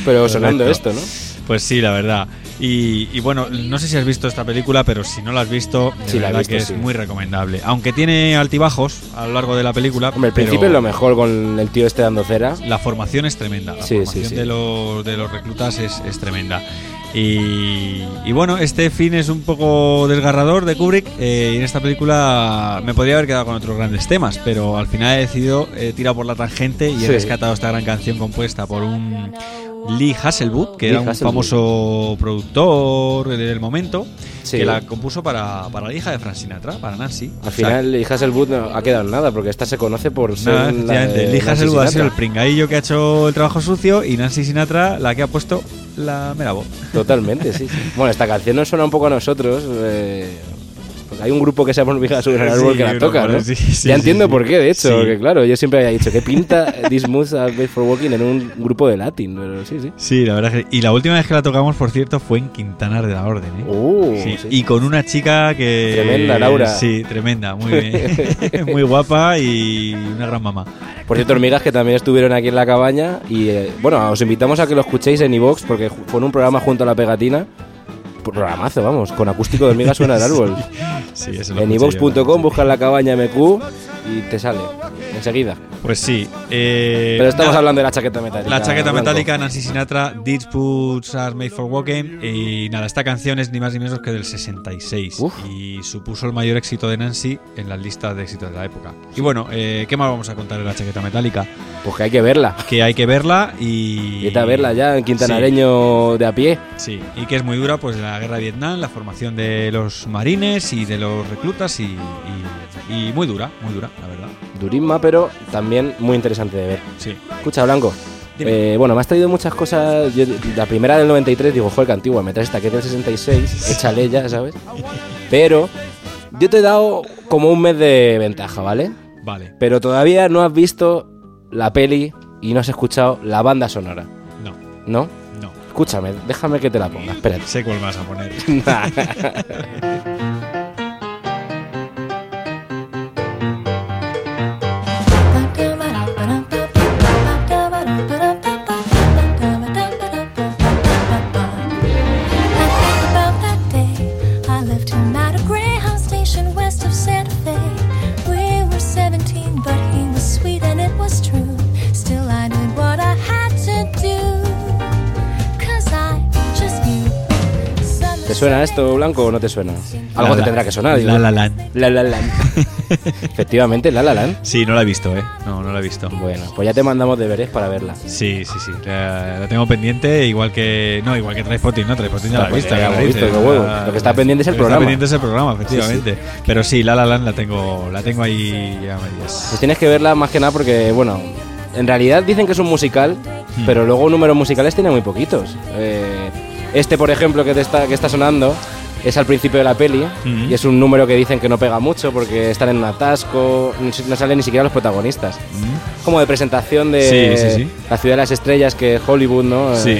Speaker 3: Pero sonando
Speaker 18: Correcto.
Speaker 3: esto, ¿no?
Speaker 18: Pues sí, la verdad. Y, y bueno, no sé si has visto esta película, pero si no la has visto, de
Speaker 3: Sí, la he
Speaker 18: verdad
Speaker 3: visto,
Speaker 18: que es
Speaker 3: sí.
Speaker 18: muy recomendable. Aunque tiene altibajos a lo largo de la película.
Speaker 3: Hombre, al principio es lo mejor con el tío este dando cera.
Speaker 18: La formación es tremenda. La
Speaker 3: Sí, sí,
Speaker 18: formación
Speaker 3: sí.
Speaker 18: De, los, de los reclutas es, es tremenda. Y, y bueno, este fin es un poco desgarrador de Kubrick. eh, y en esta película me podría haber quedado con otros grandes temas, pero al final he decidido eh, tirar por la tangente y
Speaker 3: Sí.
Speaker 18: he rescatado esta gran canción compuesta por un Lee Hasselwood, que
Speaker 3: Lee
Speaker 18: era un
Speaker 3: Hasselwood.
Speaker 18: famoso productor del momento,
Speaker 3: Sí.
Speaker 18: que la compuso para, para la hija de Frank Sinatra, para Nancy.
Speaker 3: Al final, el Hasselwood no ha quedado en nada, porque esta se conoce por ser. la
Speaker 18: Nada,
Speaker 3: de
Speaker 18: efectivamente. Lee
Speaker 3: Nancy
Speaker 18: Hasselwood ha sido el
Speaker 3: Sinatra.
Speaker 18: pringadillo que ha hecho el trabajo sucio y Nancy Sinatra la que ha puesto la mera voz.
Speaker 3: Totalmente, sí, sí. Bueno, esta canción nos suena un poco a nosotros. eh, Porque hay un grupo que se pone hormigas sobre el árbol
Speaker 18: Sí,
Speaker 3: que
Speaker 18: hay
Speaker 3: la
Speaker 18: uno
Speaker 3: toca,
Speaker 18: por ahí,
Speaker 3: ¿no?
Speaker 18: sí, sí,
Speaker 3: ya
Speaker 18: sí,
Speaker 3: entiendo
Speaker 18: sí.
Speaker 3: por qué, de hecho.
Speaker 18: Sí.
Speaker 3: Porque claro, yo siempre había dicho que pinta This Moves a Base for Walking en un grupo de latín. Pero sí, sí.
Speaker 18: Sí, la verdad es que. Y la última vez que la tocamos, por cierto, fue en Quintanar de la Orden. ¿eh? Sí,
Speaker 3: Uh, sí.
Speaker 18: Y con una chica que.
Speaker 3: Tremenda, Laura.
Speaker 18: Sí, tremenda, muy bien. muy guapa y una gran mamá.
Speaker 3: Por cierto, hormigas que también estuvieron aquí en la cabaña. Y eh, bueno, os invitamos a que lo escuchéis en iVox porque ju- fue en un programa junto a la pegatina. Programazo, vamos, con acústico de hormigas suena el árbol.
Speaker 18: Sí, eso lo
Speaker 3: en
Speaker 18: escuché yo.
Speaker 3: iVox.com buscas la cabaña MQ y te sale enseguida.
Speaker 18: Pues sí. eh,
Speaker 3: Pero estamos
Speaker 18: nada.
Speaker 3: hablando de la chaqueta metálica.
Speaker 18: La chaqueta
Speaker 3: Blanco.
Speaker 18: metálica, Nancy Sinatra, These Boots Are Made for Walking. Y nada, esta canción es ni más ni menos que del 66. Y supuso el mayor éxito de Nancy en las listas de éxitos de la época. Y bueno, eh, ¿qué más vamos a contar de la chaqueta metálica?
Speaker 3: Pues que hay que verla.
Speaker 18: Que hay que verla y.
Speaker 3: Vete a verla ya en Quintanareño de a pie.
Speaker 18: Sí, y que es muy dura, pues la guerra de Vietnam, la formación de los marines y de los reclutas y. y- y muy dura, muy dura, la verdad.
Speaker 3: Durisma, pero también muy interesante de ver.
Speaker 18: Sí.
Speaker 3: Escucha, Blanco.
Speaker 18: Dime.
Speaker 3: eh, bueno, me has traído muchas cosas. Yo, la primera del 93, digo, joder, que antigua, me traes esta que es del 66, échale ya, ¿sabes? Pero yo te he dado como un mes de ventaja, ¿vale?
Speaker 18: Vale.
Speaker 3: Pero todavía no has visto la peli y no has escuchado la banda sonora.
Speaker 18: No.
Speaker 3: ¿No?
Speaker 18: No.
Speaker 3: Escúchame, déjame que te la ponga, espérate.
Speaker 18: Sé cuál vas a poner.
Speaker 14: about that day. I lived him at a Greyhound station west of Santa Fe. We were 17, but he was sweet and it was true. Still, I did what I had to do. Cause I just knew. Some
Speaker 3: ¿Te suena esto, Blanco, o no te suena? Algo
Speaker 18: La
Speaker 3: te
Speaker 18: La-
Speaker 3: tendrá que sonar. digo.
Speaker 18: La La Land.
Speaker 3: La La Land. Efectivamente, La La Land.
Speaker 18: Sí, no la he visto, ¿eh? No, no la he visto.
Speaker 3: Bueno, pues ya te mandamos deberes para verla.
Speaker 18: Sí, sí, sí. La, la tengo pendiente, igual que. Eh, No, igual que Trainspotting, ¿no? Trainspotting ya la he
Speaker 3: Pues
Speaker 18: visto.
Speaker 3: ya
Speaker 18: ya
Speaker 3: la
Speaker 18: la
Speaker 3: hemos
Speaker 18: hice.
Speaker 3: visto, qué huevo.
Speaker 18: La-
Speaker 3: Lo que está pendiente es el
Speaker 18: lo que
Speaker 3: programa.
Speaker 18: Está pendiente es el programa,
Speaker 3: Sí, sí.
Speaker 18: efectivamente. Pero sí, La La Land la tengo, la tengo ahí a medias.
Speaker 3: Pues tienes que verla más que nada porque, bueno, en realidad dicen que es un musical,
Speaker 18: Hmm.
Speaker 3: pero luego números musicales tiene muy poquitos. Eh, este, por ejemplo, que, te está, que está sonando es al principio de la peli
Speaker 18: Hmm.
Speaker 3: y es un número que dicen que no pega mucho porque están en un atasco, ni si- no salen ni siquiera los protagonistas. Como de presentación de
Speaker 18: Hmm. Sí, sí, sí.
Speaker 3: la ciudad de las estrellas que es Hollywood, ¿no? Eh,
Speaker 18: Sí.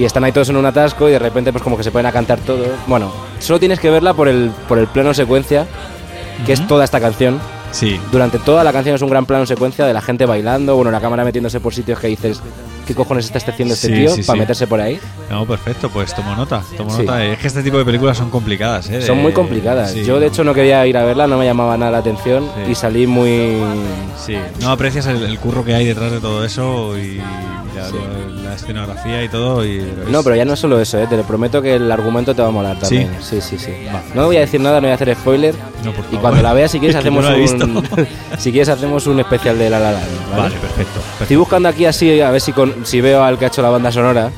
Speaker 3: y están ahí todos en un atasco y de repente pues como que se ponen a cantar todo. Bueno, solo tienes que verla por el, por el plano secuencia, que es toda esta canción.
Speaker 18: Sí.
Speaker 3: Durante toda la canción es un gran plano secuencia de la gente bailando, bueno, la cámara metiéndose por sitios que dices, ¿qué cojones está haciendo este
Speaker 18: Sí,
Speaker 3: tío
Speaker 18: sí,
Speaker 3: para
Speaker 18: sí.
Speaker 3: meterse por ahí?
Speaker 18: No, perfecto, pues tomo nota. Tomo
Speaker 3: Sí.
Speaker 18: nota. Es que este tipo de películas son complicadas, ¿eh?
Speaker 3: Son muy
Speaker 18: De-
Speaker 3: complicadas.
Speaker 18: sí,
Speaker 3: Yo de
Speaker 18: no.
Speaker 3: hecho no quería ir a verla, no me llamaba nada la atención y salí muy...
Speaker 18: Sí, no aprecias el, el curro que hay detrás de todo eso y la, la- la escenografía y todo. Y,
Speaker 3: No, pero ya no es solo eso, ¿eh? te lo prometo que el argumento te va a molar
Speaker 18: Sí.
Speaker 3: también. Sí, sí, sí. No voy a decir nada, no voy a hacer spoiler.
Speaker 18: No, por
Speaker 3: y
Speaker 18: favor.
Speaker 3: cuando la veas, si quieres,
Speaker 18: Que no
Speaker 3: hacemos
Speaker 18: la he
Speaker 3: un,
Speaker 18: visto.
Speaker 3: si quieres hacemos un especial de La La Land, ¿vale?
Speaker 18: Vale, perfecto.
Speaker 3: Estoy buscando aquí así a ver si, con- si veo al que ha hecho la banda sonora.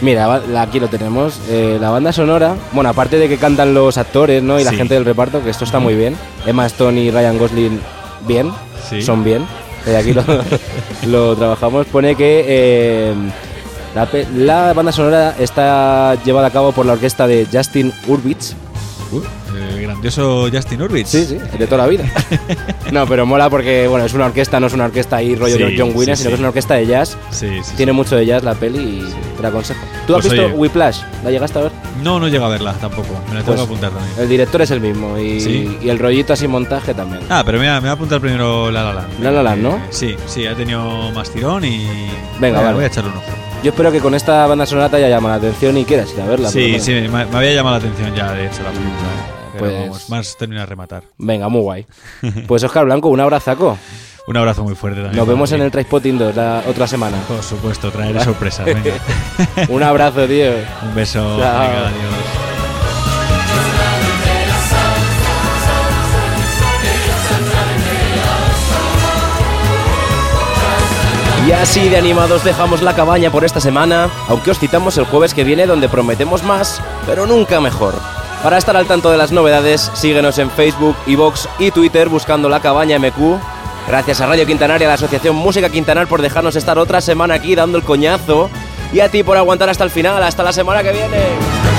Speaker 3: Mira, va- la- aquí lo tenemos. Eh, la banda sonora, bueno, aparte de que cantan los actores ¿no? y la
Speaker 18: Sí.
Speaker 3: gente del reparto, que esto está muy bien. Emma Stone y Ryan Gosling, bien.
Speaker 18: Sí.
Speaker 3: Son bien. Eh, aquí lo, lo trabajamos. Pone que eh, la, pe- la banda sonora está llevada a cabo por la orquesta de Justin Urbich.
Speaker 18: Uh, el grandioso Justin Urbitz.
Speaker 3: Sí, sí, de toda la vida. No, pero mola porque, bueno, es una orquesta, no es una orquesta ahí rollo
Speaker 18: Sí,
Speaker 3: John Williams,
Speaker 18: sí,
Speaker 3: sino que
Speaker 18: sí.
Speaker 3: es una orquesta de jazz.
Speaker 18: Sí, sí.
Speaker 3: Tiene mucho de jazz la peli y te la aconsejo. ¿Tú has
Speaker 18: Pues
Speaker 3: visto
Speaker 18: oye.
Speaker 3: Whiplash? ¿La llegaste a ver?
Speaker 18: No, no llega a verla tampoco. Me la tengo
Speaker 3: Pues,
Speaker 18: que apuntar también.
Speaker 3: El director es el mismo y,
Speaker 18: Sí.
Speaker 3: y el rollito así montaje también.
Speaker 18: Ah, pero me, va- me voy a apuntar primero La La Land.
Speaker 3: La La Land, ¿no?
Speaker 18: Sí, sí, ha tenido más tirón y.
Speaker 3: Venga,
Speaker 18: Eh,
Speaker 3: Ah, vale.
Speaker 18: Voy a echarle un ojo.
Speaker 3: Yo espero que con esta banda sonora te haya llamado la atención y quieras ir a verla.
Speaker 18: sí,
Speaker 3: pero
Speaker 18: sí,
Speaker 3: bueno.
Speaker 18: me, me había llamado la atención ya, de hecho, la película. ¿eh? Pero
Speaker 3: Pues-
Speaker 18: vamos, más termina de rematar.
Speaker 3: Venga, muy guay. Pues Oscar Blanco, un abrazaco.
Speaker 18: Un abrazo muy fuerte también.
Speaker 3: Nos
Speaker 18: para
Speaker 3: vemos
Speaker 18: ti.
Speaker 3: en el Trainspotting 2 la otra semana.
Speaker 18: Por supuesto, traeré sorpresas. Venga.
Speaker 3: un abrazo, tío.
Speaker 18: Un beso.
Speaker 3: Chao.
Speaker 18: Venga, adiós.
Speaker 3: Y así de animados dejamos la cabaña por esta semana, aunque os citamos el jueves que viene donde prometemos más, pero nunca mejor. Para estar al tanto de las novedades, síguenos en Facebook, iVox y Twitter buscando La Cabaña MQ. Gracias a Radio Quintanar y a la Asociación Música Quintanar por dejarnos estar otra semana aquí dando el coñazo. Y a ti por aguantar hasta el final, hasta la semana que viene.